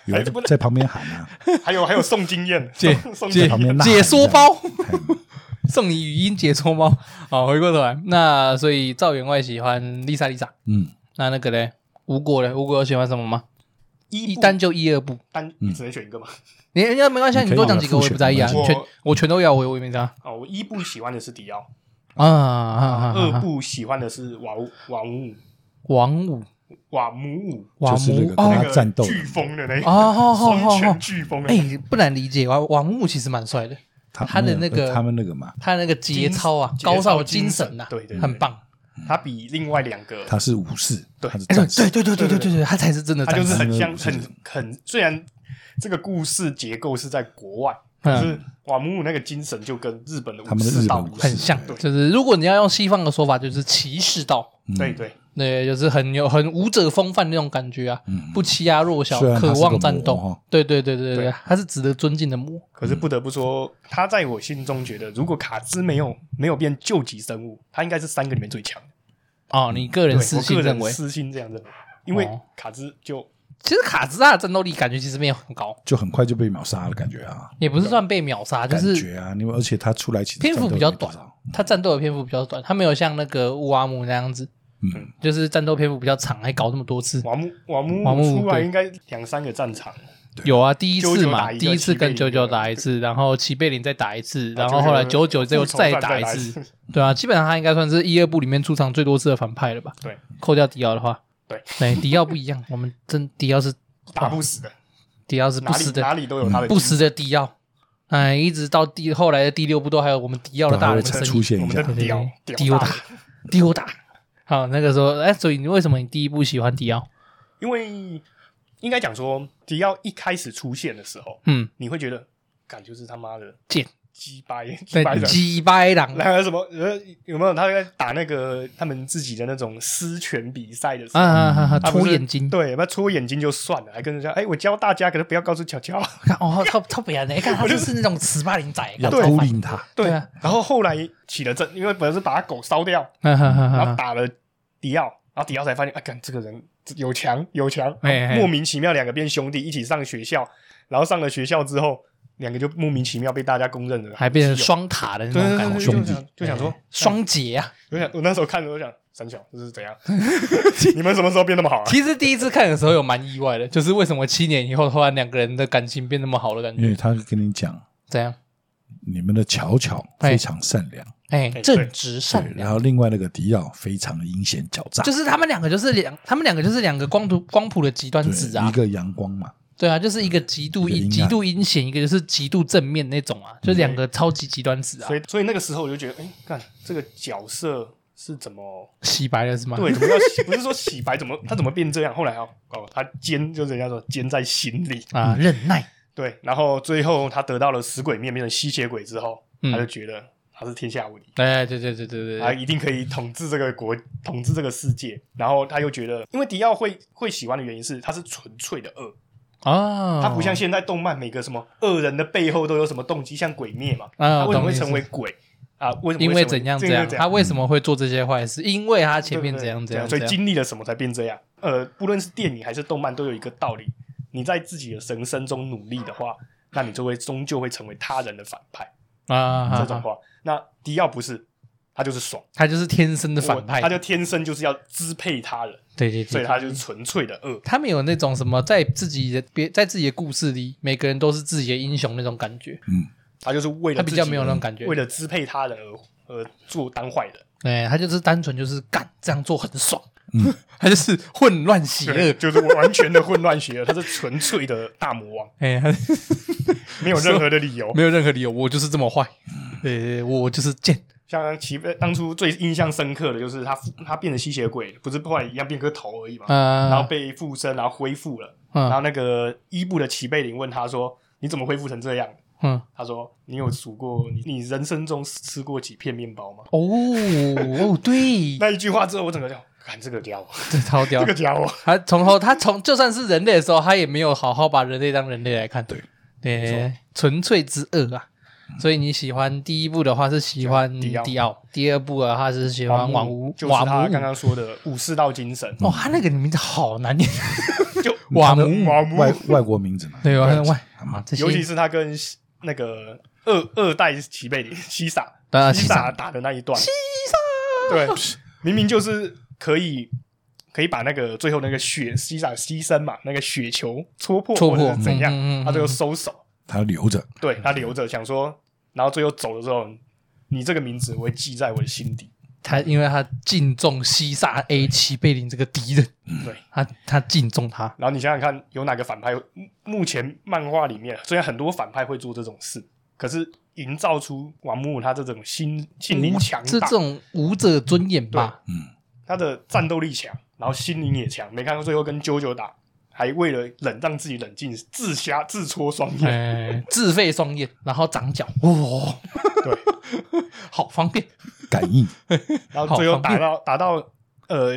有人在旁边喊 啊，
还有还有宋经验，
姐
宋 宋
姐
经
旁边
验
呐喊
解说包
哎，
送你语音解说包。好，回过头来，那所以赵员外喜欢丽莎丽莎，
嗯，
那那个嘞，吴果嘞，吴果有喜欢什么吗？一
一部
单就一二部，
单你只能选一个嘛，
你人家没关系啊，你
你可以
多讲几个
让我
我也不在意啊，
复
选
你全
我
我全都要，我我也没差
哦，我一部喜欢的是迪奥，
啊啊啊啊！
二
啊
部喜欢的是瓦乌瓦姆
王五
瓦姆五
王
就是那
五
个
哦
跟他战斗的
飓风的那
哦哦哦哦
双
哦
拳，飓风的那个，
哎，不难理解，王王五其实蛮帅的。
他
他的
没有
那个
他们那个嘛，
他那个节操啊，
精
高
节操
超精
精
神
神
呐、
对对对
很棒。
它比另外两个，
他是武士，
对
他是
哎对
战士，
对对对对对对对，他才是真的
它
战
就是
士。
很像很很，虽然这个故事结构是在国外，可
嗯，
是瓦姆姆那个精神就跟日本的
他
武
们的日
士
本
道
武士
很像，
对
就是如果你要用西方的说法，就是骑士道，
嗯
对对，
对，就是很有很武者风范那种感觉啊，
嗯
不欺压弱小
虽，然他
渴
是
望
个
战
魔
斗
哈。
对对对对对
对，
他是值得尊敬的魔。
可是不得不说，
嗯
他在我心中觉得，如果卡兹没有没有变救急生物，他应该是三个里面最强的。
哦，你个人
对
私
我
信
个
认
人
为，
私心这样认为，因为
哦
卡兹就
其实卡兹拉的战斗力感觉其实没有很高，
就很快就被秒杀了，感觉啊，
也不是算被秒杀，就
感
是
觉啊，因为而且他出来其实
篇幅
战斗
比较
也不
短
少，
他战斗的篇幅比较短，他没有像那个乌阿姆那样子，
嗯，
就是战斗篇幅比较长，还搞那么多次。
瓦木瓦木
瓦木
出来
对
应该两三个战场，
有啊，第一次
99
嘛，
打一个
第一次跟
齐贝
九
林
九打一 次，然后齐贝林再打一次，然
啊
后后来九九
复
又
仇
再
战
打
一
次，，对啊，基本上他应该算是一二部里面出场最多次的反派了吧？
对，
扣掉迪奥的话，
对，
对，迪奥不一样，我们真迪奥是
打不死的，
迪奥是啊不
哪
死
里
的，
哪里都有他的
不死的迪奥，哎，一直到第后来的第六部都还有我们迪奥的大人的
才
身
出
影，
现
我
一
们
下
的，
对对
屌
对，迪奥
大
打，迪奥打。好，那个时候，哎，所以你为什么你第一部喜欢迪奥？
因为应该讲说，迪奥一开始出现的时候，
嗯，
你会觉得，感就是他妈的
贱，
鸡掰鸡
对
掰，的。
鸡掰狼，
然后什么呃有没有他在打那个他们自己的那种狮拳比赛的时
啊
候，
啊啊啊！
他不
戳
是
眼睛，
对，那戳眼睛就算了，还跟人家哎，我教大家，可是不要告诉巧巧。
看哦，特特别的，你看他就是那种糍粑零仔，啊
要
干
孤立他，
对
对
啊，
然后后来起了争，因为本来是把他狗烧掉，
哈哈哈
然后
哈！
打了迪奥，然后迪奥才发现，啊，干这个人有强有强，
哎哎
莫名其妙两个变兄弟，一起上学校，然后上了学校之后，两个就莫名其妙被大家公认了，
还变成
基友
双塔的那
对
种
对
感
对
觉，
对，
兄
就
弟
想就想说
哎，双杰啊。
我想我那时候看的时候想，三小这是 怎样？你们什么时候变那么好啊？
其实第一次看的时候有蛮意外的，就是为什么七年以后突然两个人的感情变那么好的感
嗯
因为
觉？
他跟你讲，
怎样？
你们的巧巧
哎
非常善良，
哎，
对
正直善
对，然
良，
后另外那个迪奥非常阴险狡诈，
就是他们两个就是两，他们两个就是两个光图光谱的极端子
对，一
啊。
个阳光嘛，
对啊，就是一个极度
一个
阴
阴暗
极度阴险，一个就是极度正面那种啊，就是两个超级极端子啊
所。以所以那个时候我就觉得，哎，看这个角色是怎 么
洗白了是吗？
对，怎么叫洗？不是说洗白，怎么他怎么变这样？后来哦哦，他奸就是人家说奸在心里，
啊，
嗯
忍耐。
对。然后最后他得到了死鬼面，变成吸血鬼之后，
嗯
他就觉得他是天下无敌，
哎，对对对对对
他
对，
一定可以统治这个国，统治这个世界。然后他又觉得，因为迪奥会会喜欢的原因是他是纯粹的恶，
哦，
他不像现在动漫每个什么恶人的背后都有什么动机，像鬼灭嘛，
啊
他为什么
懂
会
意思
成为鬼啊？为什么会
因为
成
怎样
这
怎样，
这
他
嗯
为什么会做这些坏事？因为他前面
对对
怎
对
样怎样
所
怎
以
样。
经历了什么才变这样？呃，不论是电影还是动漫，都有一个道理：你在自己的人生中努力的话，那你就会终究会成为他人的反派。
啊，
这
哈
种
哈
话，那迪奥不是，他就是爽，
他就是天生的反派
我他，就天生就是要支配他人，
对对
所以
对。
他就是纯粹的恶。
他们有那种什么，在自己的别在自己的故事里，每个人都是自己的英雄那种感觉。
他就是为了
他比较
自己
没有那种感觉
为了支配他人而而做当坏人。
哎，他就是单纯就是干这样做很爽， 他就是混乱邪
对，
恶。
就是完全的混乱邪恶，他是纯粹的大魔王，
哎，他。
没有任何的理由
没有任何理由，我就是这么坏。对对，对我就是贱。
像齐飞当初最印象深刻的就是他附他变成吸血鬼，不是后来一样变个头而已嘛，
啊
然后被附身，然后恢复了。然
嗯
后那个伊布的齐贝林问他说：“你怎么恢复成这样
嗯，？”
他说：“你有数过你你人生中吃过几片面包吗
哦哦， 对？”，
那一句话之后，我整个就看这个家伙，
这超屌
这个。哦家伙，
他从头，他从就算是人类的时候，他也没有好好把人类当人类来看。
对
对，纯粹之恶啊！所以你喜欢第一部的话是喜欢
迪奥
迪奥，第二部的话是喜欢瓦
姆
姆
就是
瓦
他
姆
刚。刚说的武士道精神，
哦，他那个名字好难念，嗯
就
瓦姆
瓦姆
外外国名字嘛，
对吧？
对
哇啊，这些
尤其是他跟那个二二代齐贝里西萨
啊
西
西萨
萨打的那一段，西萨对，明明就是可以可以把那个最后那个血西萨牺牲嘛，那个雪球戳破
戳破
或者是怎样，
嗯嗯嗯嗯
他最后收手，
他留着，
对他留着想说，然后最后走的时候，你这个名字我会记在我的心底，
他，因为他敬重西萨 A 齐贝林这个敌人，
对。
他他敬重他，
然后你想想看，有哪个反派？目目前漫画里面虽然很多反派会做这种事，可是营造出瓦姆姆他这种心心灵强
是嗯
大
这，种武者尊严吧？
他的战斗力强，然后心灵也强。没看到最后跟啾啾打，还为了冷让自己冷静，自瞎自戳双眼。
哎，自费双眼，然后长脚，哦，
对，
好方便。
感应，
然后最后
好方
打
便
到打到呃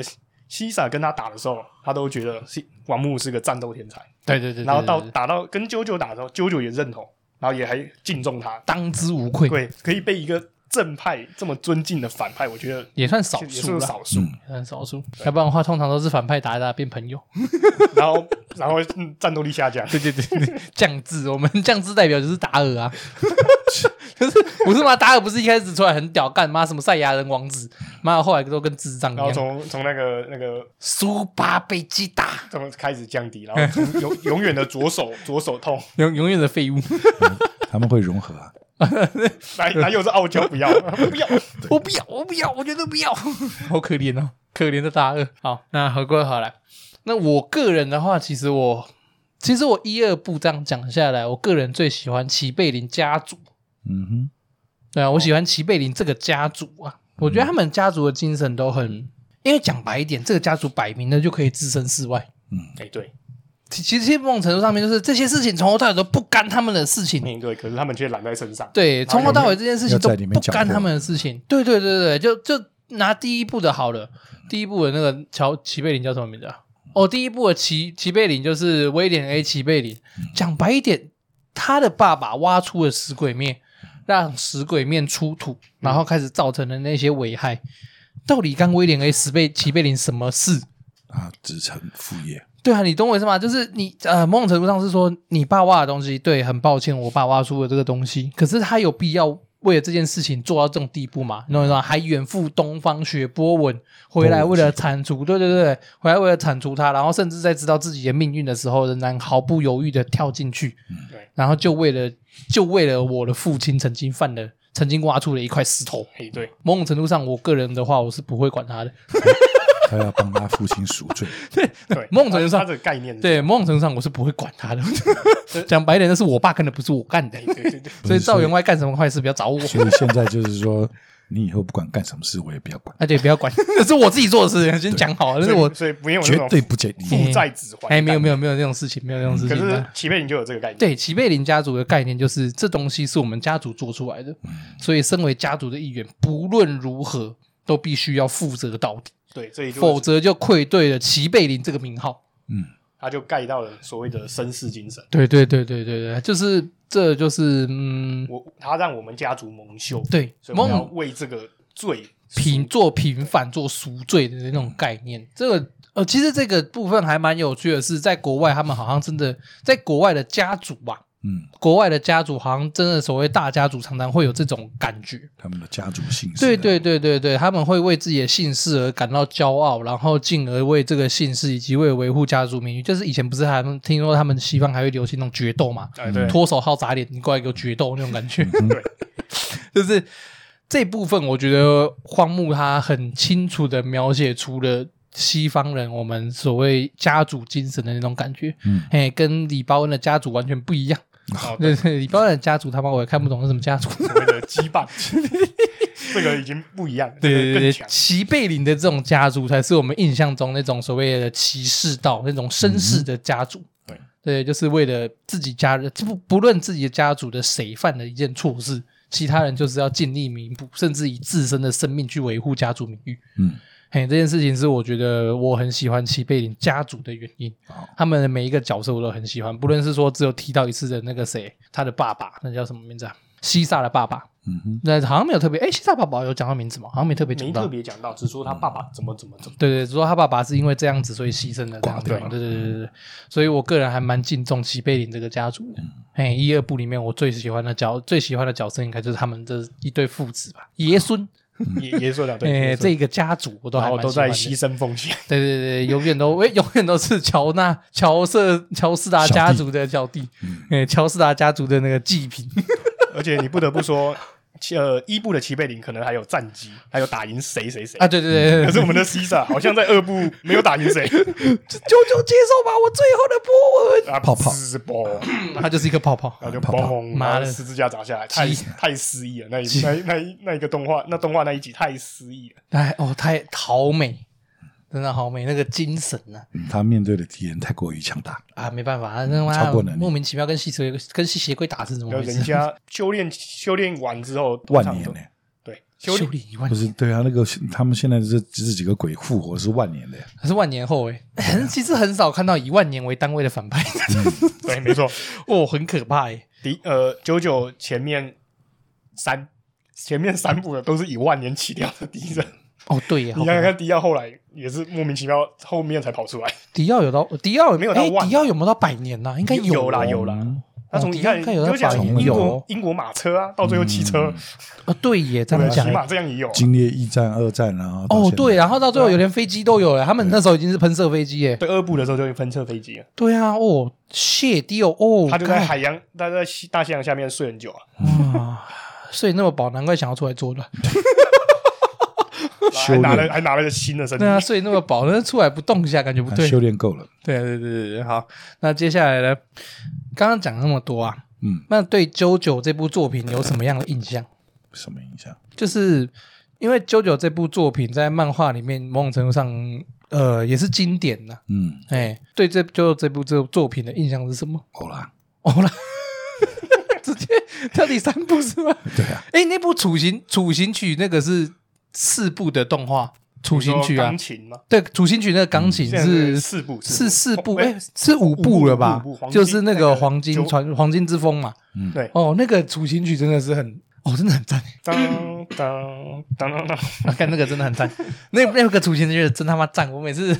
西萨跟他打的时候，他都觉得是瓦姆姆是个战斗天才。
对对对，
然后到
对对对
打到跟啾啾打的时候，啾啾也认同，然后也还敬重他。
当之无愧，
对，可以被一个正派这么尊敬的反派，我觉得
也算少
也
数
是
了，
少数。
也算少数。要不然的话，通常都是反派打一打变朋友。
然后，然后嗯战斗力下降，
对对对，对，降智，我们降智代表就是达尔 啊。可是我是妈达尔不是一开始出来很屌干妈什么赛亚人王子，妈后来都跟智障一
然后
样。
从从那个那个
苏巴贝基达，
怎么开始降低，然后从 永永远的左手左手痛，
永永远的废物。
他们会融合啊。
哪哪有是傲娇不要 不要，哎
我不要，我不要，我绝对不要， 好可怜哦，可怜的大二。好，那回过头来，那我个人的话，其实我其实我一二部这样讲下来，我个人最喜欢齐贝林家族。
嗯哼，
对啊，我喜欢齐贝林这个家族啊，我觉得他们家族的精神都很，因为讲白一点，这个家族摆明了就可以置身事外。
哎对，
其其实某种程度上面，就是这些事情从头到尾都不干他们的事情。
面对，可是他们却揽在身上，
对，从头到尾这件事情都
要在里面
不
搅和
干他们的事情。对对对对，就就拿第一部的好了，第一部的那个乔齐贝林叫什么名字啊？哦，第一部的齐齐贝林就是威廉 A 齐贝林。
嗯
讲白一点，他的爸爸挖出了食鬼面，让食鬼面出土，然后开始造成的那些危害，到底干威廉 A 石贝齐贝林什么事？
啊，子承父业，
对啊，你懂我意思吗？就是你呃，某种程度上是说你爸挖的东西，对，很抱歉，我爸挖出了这个东西，可是他有必要为了这件事情做到这种地步吗？你懂我意思吗？还远赴东方学波纹，回来为了铲除，对对对，回来为了铲除他，然后甚至在知道自己的命运的时候，仍然毫不犹豫的跳进去，
对
然后就为了就为了我的父亲曾经犯的。曾经挖出了一块石头，
哎对，
某种程度上，我个人的话，我是不会管他的。
他要帮他父亲赎罪。
对，
某种程度上
他的概念是，
对，某种程度上我是不会管他的。讲白一点，那是我爸干的，不是我干的
哎。对对对，
所以赵员外干什么坏事不要找我，
所以现在就是说，你以后不管干什么事，我也不要管，
而且不要管，那是我自己做的事情，先讲好了。那是我
所以所以没有
绝
那
对
种
不介意。
负债子还，
哎，没有没有没有那种事情，没有那种事
可
情。
是齐贝林就有这个概念，
对齐贝林家族的概念就是，这东西是我们家族做出来的，所以身为家族的一员，不论如何都必须要负责到底，
对，所以就
否则就愧对了齐贝林这个名号。
他就盖到了所谓的绅士精神，
对对对对对对，就是这就是嗯，
我他让我们家族蒙羞，
对，
所以我们要
某
为这个罪
平做平反做赎罪的那种概念。这个呃，其实这个部分还蛮有趣的是，在国外他们好像真的在国外的家族吧，
嗯，
国外的家族好像真的所谓大家族常常会有这种感觉。
他们的家族姓氏啊，
对对对对对，他们会为自己的姓氏而感到骄傲，然后进而为这个姓氏以及为了维护家族名誉，就是以前不是还听说他们西方还会流行那种决斗嘛，
哎对，
脱手好砸脸，你过来给我决斗那种感觉。
对，
就是这部分，我觉得荒木他很清楚的描写出了西方人我们所谓家族精神的那种感觉。
嗯，
哎，跟李包恩的家族完全不一样。
哦对
对对，李包恩的家族他妈我也看不懂是什么家族。
所谓的羁绊，这个已经不一样了，
对 对
这
对
个更
对，
强。
齐贝林的这种家族才是我们印象中那种所谓的骑士道那种绅士的家族。
对
对，就是为了自己家人，不不论自己的家族的谁犯了一件错事，其他人就是要尽力弥补，甚至以自身的生命去维护家族名誉。
嗯，
嘿，这件事情是我觉得我很喜欢齐贝林家族的原因。
嗯好
他们的每一个角色我都很喜欢，不论是说只有提到一次的那个谁，他的爸爸，那叫什么名字啊？西萨的爸爸，
嗯哼，
那好像没有特别，哎，西萨爸爸有讲到名字吗？好像没特别讲
没
到
特。别讲到，只说他爸爸怎么怎么怎么，
对对，说他爸爸是因为这样子所以牺牲了这样子嘛，
挂
对对对对对，所以我个人还蛮敬重齐贝林这个家族的。
嗯
哎，一二部里面我最喜欢的角最喜欢的角色应该就是他们这一对父子吧，爷孙，
也也说了对，
哎，
也说
这个家族我都
然
还
后
蛮
都
喜欢
在
的。
牺牲奉献，
对对对，永远都 喂，永远都是乔纳乔瑟乔斯达
嗯
家族的小弟，哎，乔斯达家族的那个祭品。
而且你不得不说，呃一部的齐贝林可能还有战绩，还有打赢谁谁谁
啊，。对对对对
可是我们的西萨好像在二部没有打赢谁
久久接受吧，我最后的波纹。
啊，
泡泡
滋嘣，嗯
它就是一个泡泡，
然后就
泡泡
嘣，
啊妈
然
的
后十字架砸下来，太
鸡
太诗意了。那一那一那一那一个动画，那动画那一集太诗意了。
哎哦，太好美，真的好美，那个精神呐
嗯他面对的敌人太过于强大，
啊没办法，那他妈
超过能力
莫名其妙跟吸血鬼跟吸血鬼打是怎么
然
回
后人
事？
家修炼修炼完之后，通
万
常
年
都
呢、
对修
修
炼
炼一万
不是
年，
对啊，那个他们现在这这几个鬼复活是万年的、
可是万年后哎、
啊
很其实很少看到以万年为单位的反派，
对没错。
哦，很可怕哎、
第呃九九前面三前面三部的都是以万年起跳的敌人，
哦对呀，好
你
可
看
怕哦
看迪奥后来也是莫名其妙，后面才跑出来。
迪奥有到迪奥有
没有到
哎
万
迪奥有没有到百年啊呐、应该
有
啦
啦有啦，
嗯
他从
哦
你
迪奥
看，
应该哦有
就
在
讲
法
国
英
有
国英国马车啊，到最后汽车，
哦对耶，这
对
样
不对，
讲
起
哎
码这样也有啊。
经历一战、二战，然后到
哦
现在
对，然后到最后有连飞机都有了，他们那时候已经是喷射飞机耶，哎
对，二部的时候就分测飞机了，
对啊哦谢迪奥哦，
他就在
干
海洋，他在西大西洋下面睡很 久啊。
哇，睡那么饱，难怪想要出来作乱。
还
炼
拿了还拿了个新的身体
对，啊，睡那么饱，那出来不动一下，感觉不
他
对。
修炼够了，
对啊对对对对，好，那接下来呢？刚刚讲那么多啊，
嗯，
那对《JoJo 这部作品有什么样的印象？
什么影响？
就是因为《JoJo 这部作品在漫画里面某种程度上，呃，也是经典呐、
嗯，
哎，对这《JoJo 这部这作品的印象是什么？
好啦，
哦啦， 直接跳第三部是吗？
对啊，
哎，那部《楚行楚行曲》那个是四部的动画，《楚
你
行
说
曲》啊
钢，琴嘛，
对，主心曲那个钢琴
现在是
是
四部
是四部，
哎
哎，是五部了吧
五部五部？黄金
就是那个黄
那
金
个
传黄金之风嘛。
嗯
对，
哦，那个主心曲真的是很，哦，真的很赞，
当当当当当，
啊看那个真的很赞， 那那个主心曲真他妈赞，我每次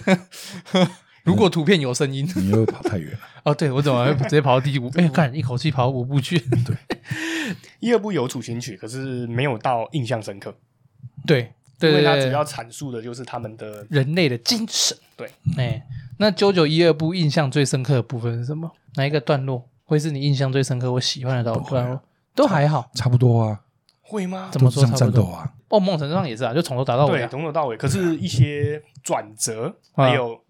如果图片有声音，
你又跑太远了，
哦，对我怎么会直接跑到第五？哎，干一口气跑五部去，
一二部有主行曲，可是没有到印象深刻，
对对对
因为它
对
主
对，
要阐述的就是他们的
人类的精神，
对，
哎，那九九一二部印象最深刻的部分是什么？哪一个段落会是你印象最深刻、我喜欢的
不会啊
段落？都还好，
差不多啊，
会吗？
怎么
都是
说
这
差
样
不
战
多
斗？啊，
哦，梦程度上也是啊，就从头打到尾、
对，
啊。
从头到尾，可是一些转折
啊
还有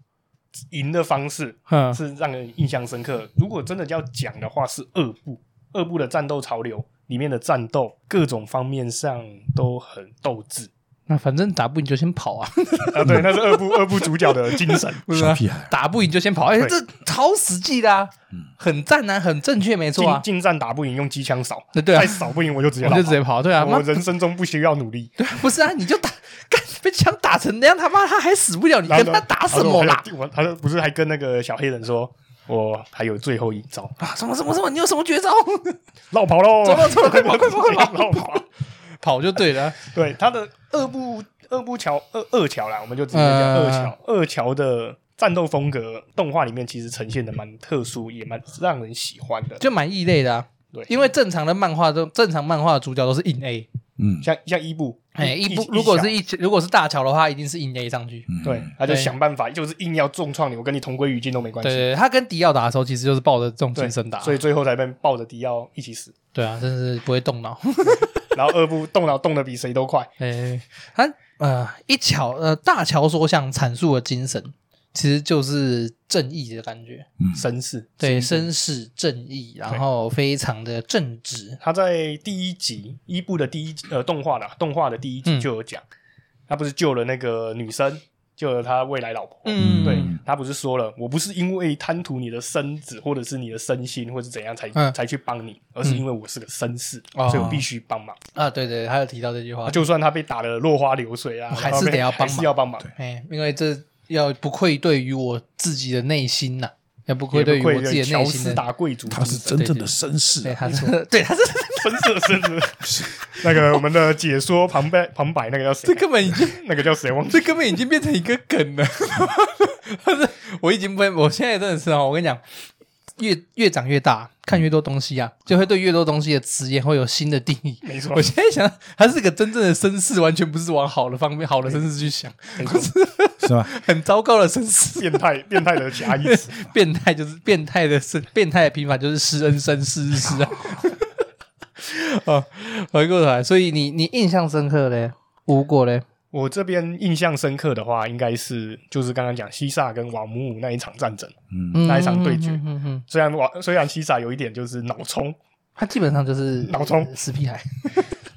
赢的方式
嗯，
是让人印象深刻。如果真的要讲的话，是二部二部的战斗潮流里面的战斗，各种方面上都很斗 志
那反正打不赢就先跑啊，
啊。对，那是二部二部主角的精 神。
不是
小
吗？
屁孩，嗯
打不赢就先跑，哎、
啊对
这好实际的啊，很赞啊，很正确，没错
近
啊。
近战打不赢，用机枪扫，
那对啊
再扫不赢我就直接
我
老
就直接跑，对啊，
跑
妈
我，人生中不需要努力。
不是啊，你就打， 干被枪打成那样，他妈他还死不了，你
然
跟
后
他
呢
打什么啦？？
他说我还有我他说不是还跟那个小黑人说，我还有最后一招，
啊，什么什么什么，你有什么绝招？
绕跑喽！
走了走了快跑快跑快跑
绕跑！
跑就对了啊，
对，他的二部二部桥二二桥啦，我们就直接讲
呃
二桥。二桥的战斗风格，动画里面其实呈现的蛮特殊，也蛮让人喜欢的。
就蛮异类的啊。
对
因为正常的漫画都正常漫画的主角都是硬 A，
嗯，
像像一部，
哎，一部如果是
一
一如果是大桥的话，一定是硬 A 上去。
嗯
对，他就
对
想办法，就是硬要重创你，我跟你同归于尽都没关
对
系。
对，他跟迪奥打的时候，其实就是抱着这种精神打，
所以最后才被抱着迪奥一起死。
对啊，真是不会动脑。
然后二部动脑动的比谁都快，
诶，他呃一桥呃大桥所想阐述的精神，其实就是正义的感觉，
绅士。
对，绅士正义，然后非常的正直，
他在第一集一部的第一集呃动画的动画的第一
嗯
集就有讲，他不是救了那个女生，救了他未来老婆。
嗯
对他不是说了，我不是因为贪图你的身子或者是你的身心或者怎样才、
嗯
才去帮你，而是因为我是个绅士，
哦
所以我必须帮忙。
啊，对对，他有提到这句话，
就算他被打得落花流水啊，
哦还
然后
是
被
得要帮忙
还是要帮忙，
哎，因为这要不愧对于我自己的内心呐、要不愧
也
对
不
于
愧
我自己的
乔
内心
斯
的。
达贵族
他
精
是
神，
真正的绅士
对，
啊，
他是，对，他是，
真正的绅士。那个我们的解说旁白旁白那个叫谁
这？根本已经，
那个叫谁？忘记
这根本已经变成一个梗了。 他是，我已经不会，我现在真的是哦，我跟你讲，越越长越大，看越多东西啊，就会对越多东西的词眼会有新的定 义。
没错
我现在想，他是个真正的绅士，完全不是往好的方面、好的绅士去想，
是吧？
很糟糕的绅士，
变态变态的侠 义词。
变态就是变态的绅，变态的平凡就是施恩绅士是啊。 哦，回过头来，所以你你印象深刻嘞，无果嘞，
我这边印象深刻的话，应该是就是刚刚讲西萨跟瓦姆姆那一场战争。
嗯，
那
那一场对决
嗯嗯嗯，
虽然瓦虽然西萨有一点就是脑冲，
他基本上就是
脑充
死屁孩，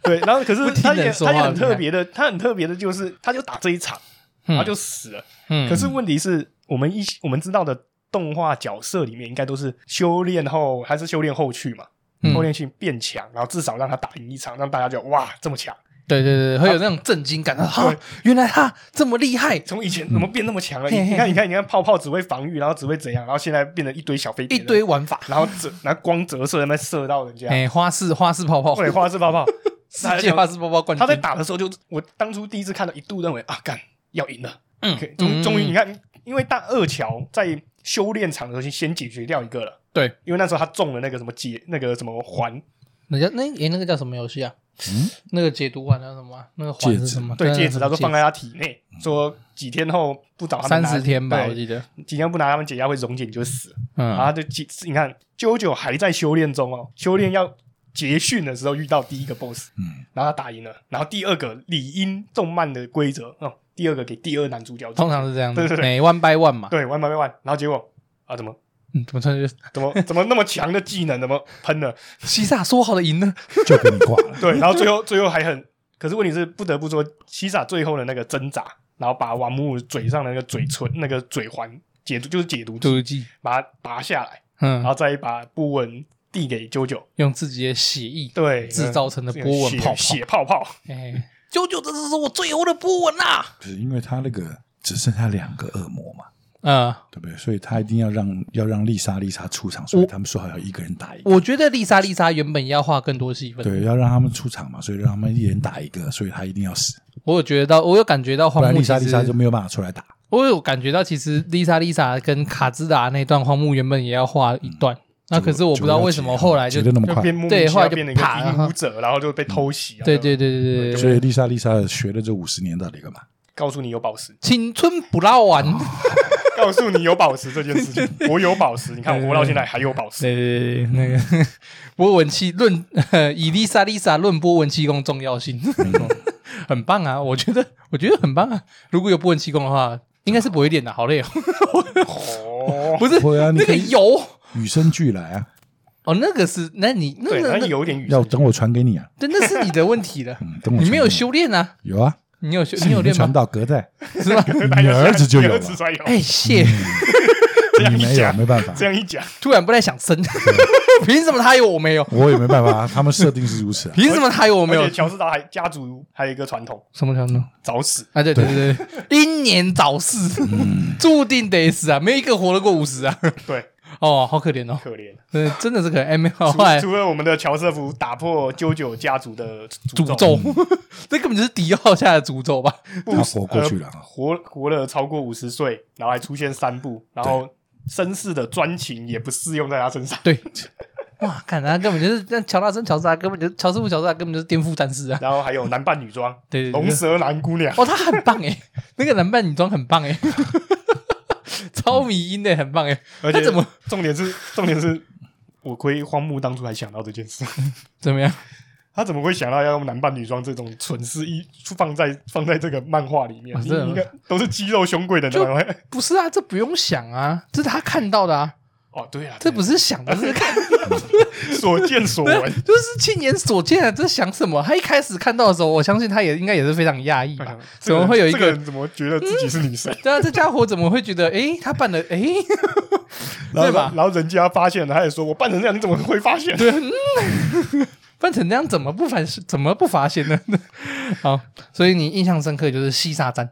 对，然后可 是
不听
他也
人说
他
话
也
的
很
厉害
特别的，他很特别的就是他就打这一场，然后就死了。
嗯
可是问题是我们一我们知道的动画角色里面，应该都是修炼后还是修炼后去嘛，
嗯
后练去变强，然后至少让他打赢一场，让大家觉得哇这么强，
对对对，会有那种震惊感啊！哈
对
原来他这么厉害，
从以前怎么变那么强了？你
嗯嘿嘿嘿
你看你看你看，泡泡只会防御，然后只会怎样，然后现在变成一堆小飞碟，
一堆，玩法，
然后折然后光折射在那射到人家，
哎，花式花式泡泡，
对，花式泡泡，
世界花式泡泡冠
啊他
军，
在打的时候就，我当初第一次看到，一度认为啊，干要赢了，
嗯
可以终
嗯
终于你看，因为大二乔在修炼场的时候先解决掉一个了，
对，
因为那时候他中了那个什么解那个什么环，
人家那诶那个叫什么游戏啊？
嗯
那个解毒丸叫什么啊？那个环是什么？
对
那个
戒指，他说
什
放
么嗯
在他体内，说几天后不找他们
三
拿
十天吧，
对啊
我记得。
几天不拿他们解药会溶解你就会死，然后
嗯，
他就几你看啾啾还在修炼中哦，修炼要。结训的时候遇到第一个 boss，
嗯，
然后他打赢了，然后第二个理应动漫的规则，哦，第二个给第二男主角做，
通常是这样子，
对对对
每 one by one 嘛。
对，玩玩玩玩，然后结果啊，怎么
嗯，怎么突然就
怎么怎么那么强的技能怎么喷了？
西萨说好的赢呢？
就给你挂了。
对，然后最后最后还很，可是问题是不得不说，西萨最后的那个挣扎，然后把瓦姆嘴上的那个嘴唇那个嘴环解毒就是解毒剂，
毒剂，
把它拔下来，然
嗯，
后再把波纹递给啾啾，
用自己的血液
对，嗯
制造成的
这
波
个
纹
血
泡泡。
血泡泡，
哎， 九九，这是我最后的波纹啊啦！
不是因为他那个只剩下两个恶魔嘛，
嗯，
对不对？所以他一定要让要让丽莎丽莎出场，所以他们说好要一个人打一个，
我觉得丽莎丽莎原本要画更多戏份，
对，要让他们出场嘛，所以让他们一人打一个，所以他一定要死，
我有觉得到，我有感觉到
不
荒
然
木
丽
其
莎丽莎就
实，
没有办法出来打。
我有感觉到其实丽莎丽莎跟卡兹达那段荒木原本也要画
嗯
一段，那可是我不知道为什么后哎来就
结得那么
就
快，
变莫
对
名其
后来
妙
就
变成一个
啪
影武者，然后就被偷袭啊。
对
对
对
吧，
对对对
所
对，
以丽莎丽莎学了这五十年到底 干嘛？
告诉你有宝石，
青春不老完，
哦
告诉你有宝石这件事 情，我有宝石，你看我活到现在还有宝石，
对对对，对那个波纹气论，呃以丽莎丽莎论波纹气功重要性，很棒啊！我觉得我觉得很棒啊！如果有波纹气功的话，应该是不会练的，好累哦，
哦，
不是
会啊你
那
可
个
以
油
与生俱来啊！
哦，那个是，那你那
对，
那
那
那
有一点语
要等我传给你啊，，
对，那是你的问题了
嗯，等我传给
你没有？修炼啊，
有啊，
你有修
是
你有
的
练
传
吗？
道 隔代，
是 吗？
大
你
家
儿子就有
你
了
儿子才有。
哎，谢，
这样
你
一
没有
讲，
没办法
这，样一讲，
突然不太想生，凭什么他有我没有？
我也没办法啊，他们设定是如 此啊。
凭什么他有我没
而
有
且？乔治达还家族还有一个传统，
什么条呢？
早死。
啊，对对对对，英年早逝，注定得死啊，没一个活得过五十啊。
对，
哦，好可怜哦，
可怜。
真的真的是可怜。哎，没有，
除
后来
除了我们的乔瑟夫打破啾啾家族的
诅
诅咒，
咒， 这根本就是迪奥下的诅咒吧？
不
他活过去了啊
呃活活了超过五十岁，然后还出现三部，然后绅士的专情也不适用在他身上。
对，哇，看他根本就是，那乔纳森、乔治啊达根本就是乔师傅、乔治达根本就是颠覆战士啊！
然后还有男扮女装，
对对对
龙蛇男姑娘，
哦，他很棒哎，那个男扮女装很棒哎， 超迷音的，很棒哎。
而且
他怎么
重点是重点是，我亏荒木当初还想到这件事。
怎么样？
他怎么会想到要用男扮女装这种蠢事一放在放在这个漫画里面？
啊
你
真的吗
应该都是肌肉胸贵的，
就
男人。
不是啊，这不用想啊，这是他看到的啊，
哦，对啊，
这不
是
是想的，这是 看，
所见所闻。
就是亲眼所见啊，这是想什么？他一开始看到的时候，我相信他也应该也是非常讶异
哎呀
吧？
这
怎
个
么
人
会有一
这个
啊个？
人怎么觉得自己是女神？
对啊，这家伙怎么会觉得？诶，他办的，诶，
然
对
后
吧啊
然后人家发现了，他也说：“我扮成这样，你怎么会发现？”对，
办成这样怎么不反怎么不发现呢？ 好，所以你印象深刻就是西沙战，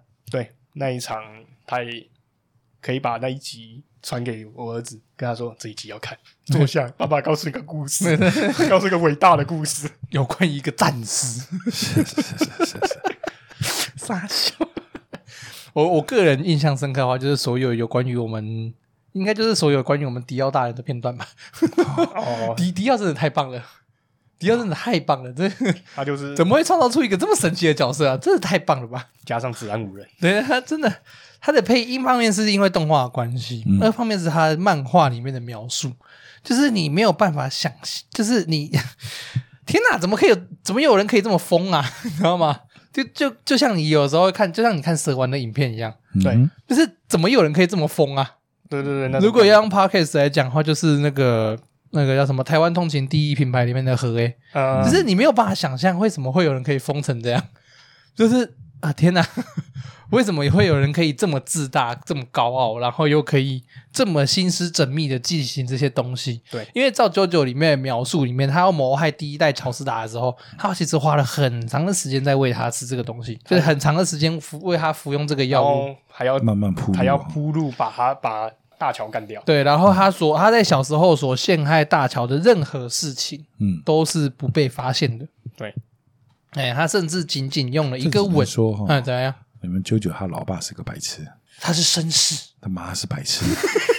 那一场他也可以把那一集传给我儿子，跟他说：“这一集要看，坐下，爸爸告诉你个故事， 告诉一个伟大的故 事。
有关于一个战士，
是是是是是是，
傻笑。我我个人印象深刻的话，就是所有有关于我们，应该就是所有关于我们迪奥大人的片段吧。”
哦，
迪迪奥真的太棒了，迪奥真的太棒了，这
他就是
怎么会创造出一个这么神奇的角色啊？真的太棒了吧！
加上自然五人，
对他真的，他的配音方面是因为动画的关系，
嗯
二方面是他漫画里面的描述，就是你没有办法想，就是你 天哪，怎么可以有？怎么有人可以这么疯啊？ 你知道吗？就就就像你有时候会看，就像你看蛇丸的影片一样，
对
嗯
就是怎么有人可以这么疯啊？
对对对，那是
如果要用 podcast 来讲的话，就是那个那个叫什么台湾通勤第一品牌里面的何 A，
呃
嗯
就，是你没有办法想象为什么会有人可以疯成这样， 就是啊天哪， 为什么会有人可以这么自大、这么高傲，然后又可以这么心思缜密的进行这些东西？
对
因为照九九里面的描述里面，他要谋害第一代乔斯达的时候，他其实花了很长的时间在喂他吃这个东西，就是很长的时间服为他服用这个
然
药
哦
物。
后还要
慢慢铺路啊，
还要铺路，把他把大乔干掉。
对，然后他所他在小时候所陷害大乔的任何事情，
嗯，
都是不被发现的。
对，
哎，他甚至仅仅用了一
这
个
只能
吻，
说
哎，
哈，
怎么样？
你们九九他老爸哦是个白痴，
他是绅士。
他妈是白痴，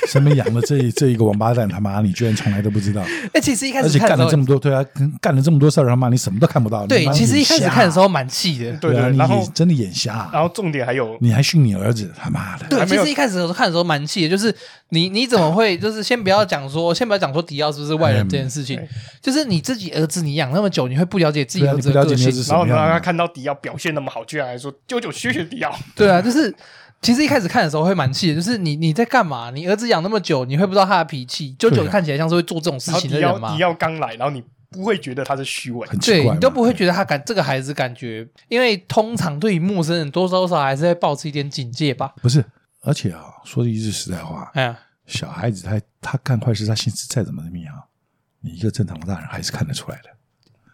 身边养了这一这一个王八蛋，他妈你居然从来都不知道，
哎，其实一开
而
始
且
看
干
的
了
时
这
候，
么多，对啊，干了这么多事儿，他妈你什么都看不到。你
对，
妈
其实一
眼
开始
瞎
看的时候蛮气的。
对
啊
对，
你
然后
真的眼瞎啊，
然后重点还有
你还训你儿子，他妈的，
对，
还
其
没有
实一开始的时候看的时候蛮气的，就是你你怎么会就是先不要讲说，先不要讲说迪奥是不是外人这件事情，就是你自己儿子你养那么久，你会不了解自己
对啊，
儿
你
子
不
的
了
个
解你
性
儿，子是什
然后
么
呢，
样
他
的。
看到迪奥表现那么好，居然还说舅舅学学迪奥。
对啊，就是其实一开始看的时候会蛮气的，就是你你在干嘛？你儿子养那么久，你会不知道他的脾气？九九
对啊
看起来像是会做这种事
然后
情的
迪
人
奥
吗
迪？奥刚来，然后你不会觉得他是虚伪，
很奇
对
怪嘛，
你都不会觉得他感这个孩子感觉，因为通常对于陌生人多多少少还是会保持一点警戒吧。
不是。而且啊，说一句实在话，
哎呀，
小孩子他他干坏事，他心思再怎么怎么样，你一个正常的大人还是看得出来的，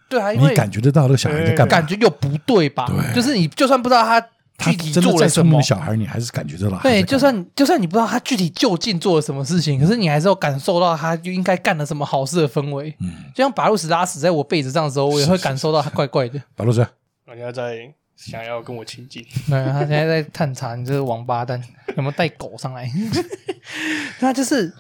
对啊，因
你
为
感觉得到那个小孩在干嘛。
感觉又不对吧？
对
就是你就算不知道他
他
具体
真的
做
再
了什
聪明
么
的，小孩，你还是感觉得到他在干
对，
嘛。
就算就算你不知道他具体究竟做了什么事情，可是你还是要感受到他就应该干了什么好事的氛围。
嗯，
就像把路史拉死在我被子上的时候，我也会感受到他怪怪的。
白露水，
人家在想要跟我亲近。
对，啊他现在在探查你这个王八蛋有没有带狗上来。 那就是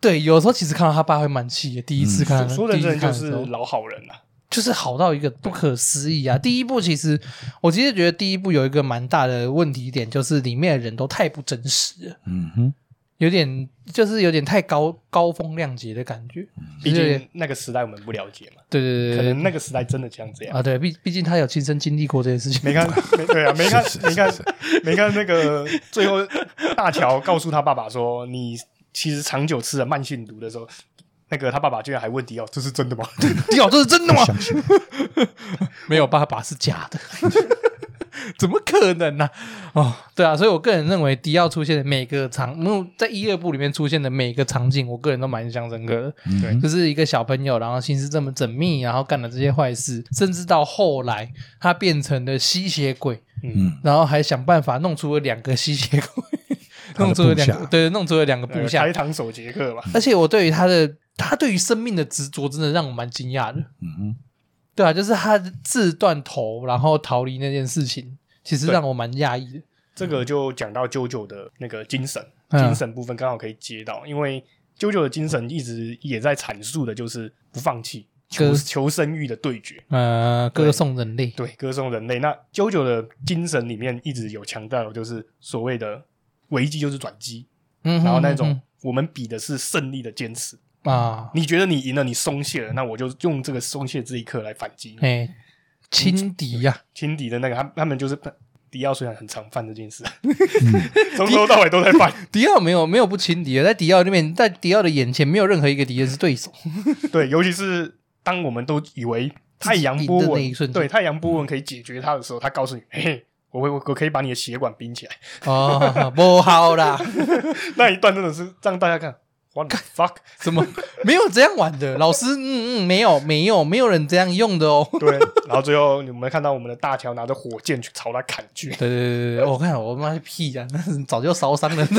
对，有时候其实看到他爸会蛮气的。第一
嗯
次看，
说认
第一
真
次
就
看的时
是
候
老好人了、
就是好到一个不可思议啊！第一部其实我其实觉得第一部有一个蛮大的问题点，就是里面的人都太不真实了，
嗯哼，
有点就是有点太高高风亮节的感觉。
毕
对
竟那个时代我们不了解嘛，
对对对
可
对
能那个时代真的像这样。
啊，对，毕毕竟他有亲身经历过这件事情。
没看，没对啊，没看
是，是
没看
是，
没看那个最后大乔告诉他爸爸说，你其实长久吃了慢性毒的时候，那个他爸爸居然还问迪奥，这是真的 吗？
屌，这是真的吗
不？相信，
没有爸爸是假 的，怎么可能呢、哦，对啊，所以我个人认为迪奥出现的每个场，嗯，在一二部里面出现的每个场景，我个人都蛮印象深刻的。
嗯
对
就是一个小朋友，然后心思这么缜密，然后干了这些坏事，甚至到后来他变成了吸血鬼，
嗯，
然后还想办法弄出了两个吸血鬼，
他的
弄出了两
部
个
下
对，弄出了两个
呃
部下
开。膛手杰克嘛，
而且我对于他的他对于生命的执着，真的让我蛮惊讶的。
嗯哼，
对啊，就是他自断头然后逃离那件事情，其实
对
让我蛮讶异的。
这个就讲到啾啾的那
啊
个精神，
嗯
精神部分刚好可以接到，因为啾啾的精神一直也在阐述的就是不放弃、求
跟
求生欲的对决。
呃，歌颂人类，
对，歌颂人类。那啾啾的精神里面一直有强调，的就是所谓的危机就是转机，
嗯哼，
然后那
嗯
种我们比的是胜利的坚持。
哼啊，
你觉得你赢了，你松懈了，那我就用这个松懈这一刻来反击你。
哎，轻敌呀、
轻敌的那个，他他们就是迪奥，虽然很常犯这 件事，从头到尾都在犯。
迪奥没有没有不轻敌的，在迪奥那边，在迪奥的眼前，没有任何一个敌人是对 手。
对，尤其是当我们都以为太阳波
自己赢的那
纹
一瞬，嗯间
对太阳波纹可以解决它的时候，他告诉你，嘿嘿，我会我我可以把你的血管冰起来。
哦，不好啦，
那一段真的是让大家看，what the fuck？
怎么没有这样玩的？老师，嗯嗯，没有没有没有人这样用的 哦。
对，然后最后你们看到我们的大乔拿着火箭去朝他砍去，
对对对对对，我看我妈屁啊呀、那是早就烧 伤了。他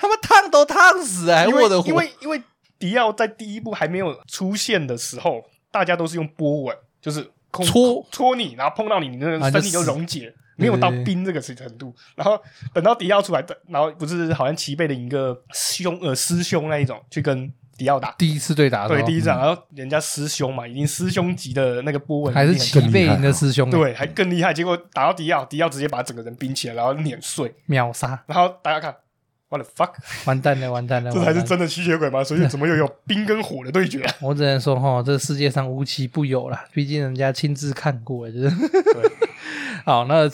他妈烫都烫死啊了，还
因
握着
为因
火。
为因为迪奥在第一部还没有出现的时候，大家都是用波纹，就是空
搓
搓你，然后碰到你，你那
啊就
个身体就
死
溶解。没有到
对对对
冰这个程度，然后等到迪奥出来，然后不是好像齐贝的一个兄呃师兄那一种去跟迪奥打，
第一次对打的时
对
候，
第一啊场，然后人家师兄嘛，已经师兄级的那个波纹
还是
一定很
齐
高
贝赢的师兄，，啊
对，还更厉害。结果打到迪奥，迪奥直接把整个人冰起来，然后碾碎，
秒杀。
然后大家看， ，what the fuck，
完蛋了，完蛋了，
这才
完
是
蛋了
真的吸血鬼吗？所以怎么又 有冰跟火的对决？啊
我只能说哈，这世界上无奇不有啦，毕竟人家亲自看过了，就是。 好，那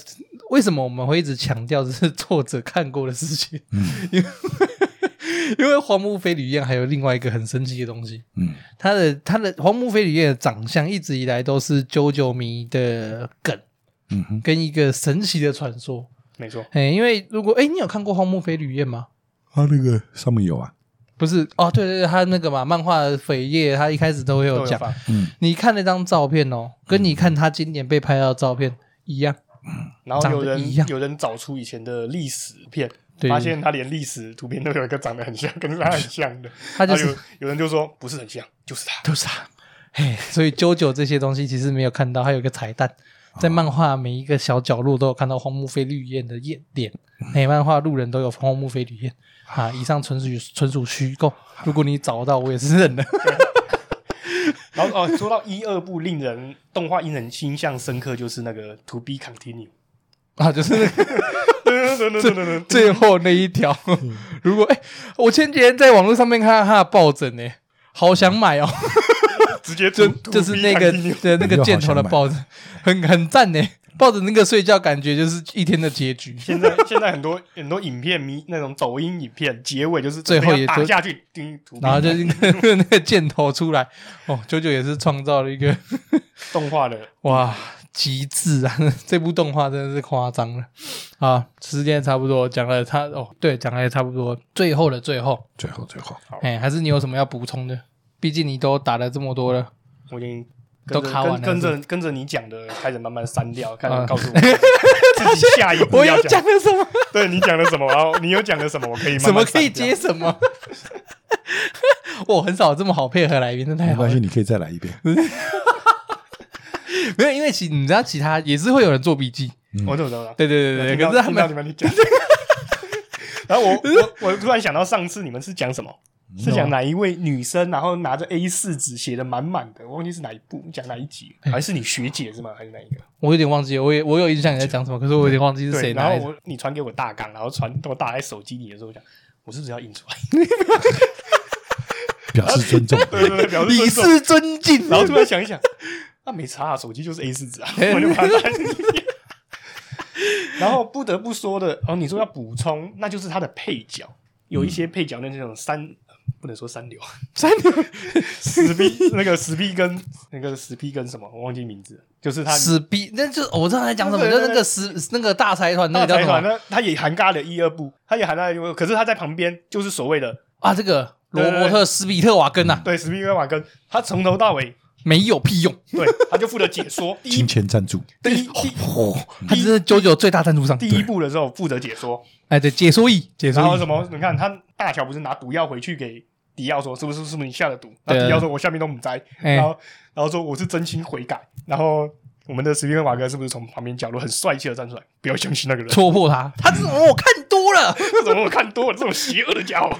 为什么我们会一直强调这是作者看过的事情？ 因为因为荒木飞吕彦还有另外一个很神奇的东西，
嗯，
他的他的荒木飞吕彦的长相一直以来都是啾啾迷的梗，
嗯哼，
跟一个神奇的传说。
没 错，
哎、因为如果哎、你有看过荒木飞吕彦吗？
他那个上面有啊，
不是哦，对对对，他那个嘛，漫画的扉页，他一开始都会
都
有
有
讲，
放
嗯，
你看那张照片哦，跟你看他今年被拍到的照片一样，
然后
长
有
得一样
人有人找出以前的历史片，
对
发现他连历史图片都有一个长得很像，跟他很像的。
他就
然
是
后有有人就说不是很像，就是他。
都是他。嘿，所以啾啾这些东西其实没有看到，还有一个彩蛋，在漫画每一个小角落都有看到荒木飞绿彦的眼脸，每漫画路人都有荒木飞绿彦啊。以上纯属纯属虚构，如果你找到，我也是认的。
然后哦，说到一二部令人动画令人印象深刻，就是那个 To Be Continue。
啊，就是那个
噔噔噔噔噔噔
最后那一条，如果哎、我前几天在网络上面看到他的抱枕呢、好想买哦。
直接
就
To- To
就是
Be
那个
Continue
对那个箭头的抱着，很很赞呢。抱着那个睡觉，感觉就是一天的结局。
现在现在很多很多影片迷那种抖音影片结尾就是
最后也
这样
就
打下去，叮 To Be
然后就那个 那个箭头出来，哦，九九也是创造了一个
动画的
哇极致啊！ 这部动画真的是夸张了啊！时间差不多，讲了他哦，对，讲了也差不多。最后的最后，
最后最后，
哎，还是你有什么要补充的？毕竟你都打了这么多了，
我已经
都
跟着
卡完了
跟跟着跟着你讲的开始慢慢删掉，看
啊
告诉我自己下一步
我
要
要讲
讲，
的什么？
对你讲了什么，然后你又讲了什么，我可以慢慢
什么可以
删掉
接什么？ 我很少这么好配合来宾，真的太
没
哎好了
关系，。你可以再来一遍。
没有，因为其你知道，其他也是会有人做笔记。
我怎么怎么了？
对对对对，
听到
可是他
听到
们
你们 讲。然后我我我突然想到上次你们是讲什么？是讲哪一位女生，然后拿着 A 四纸写的满满的，我忘记是哪一部，讲哪一集，
哎
还是你学姐是吗？还是哪一个？
我有点忘记，我也我有印象你在讲什么，可是我有点忘记是
对，
谁
然
拿来
后
的。
我你传给我大纲，然后传我打在手机里的时候，我想我是不是要印出 来？
表示尊重。
对对对，表示
以
尊重
示尊敬，
然后突然想 一想，那没差、啊，手机就是 A 四纸啊，
哎
我就把它打进去。 然后不得不说的，哦，你说要补充，那就是它的配角，有一些配角那那种三，呃不能说三流，
真的
死逼那个死逼跟那个死逼跟什么，我忘记名字了，就是他
死逼，那就是我知道他在讲什么，
对
就
对
是
对
那个十那个大财团，那
大
个叫
财
什
团，
么
那他也涵盖了一二部，他也涵盖了一二部，可是他在旁边就是所谓的
啊？这个罗
对对对
伯特斯比特瓦根呐，
对死逼跟瓦根，他从头到尾，
没有屁用，
对，他就负责解说，第 一
金钱赞助，
第一第一
哦他只是九九最大赞助商。
第一部的时候负责解说，
哎，对，解说役，解
然后
说
什
役，
么？你看他大乔不是拿毒药回去给迪奥说，是不是是不是你下的毒？
对啊
然后迪奥说，我下面都不摘，
哎
然后然后说我是真心悔改。然后我们的史蒂芬瓦格是不是从旁边角落很帅气的站出来？不要相信那个人，
戳破他，他这种人我看多了，
这怎么我看多了这种邪恶的家伙？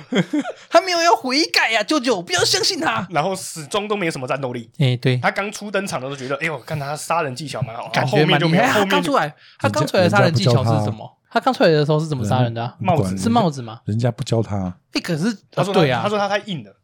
他没有要悔改呀，舅舅，不要相信他。
然后始终都没有什么战斗力。
哎，对，
他刚初登场的时候觉得，哎呦，看他杀人技巧蛮好，
感
然后后
觉
面
蛮
就
厉
没有，
害。啊他
后
刚
面
出
就
来，他刚出来的杀人技巧是什么？他刚出来的时候是怎么杀人的啊？
帽
不
子
管
是帽子吗？
人家不教他，
哎，可是
嗯他
啊
说他
对啊
他，说他太硬了，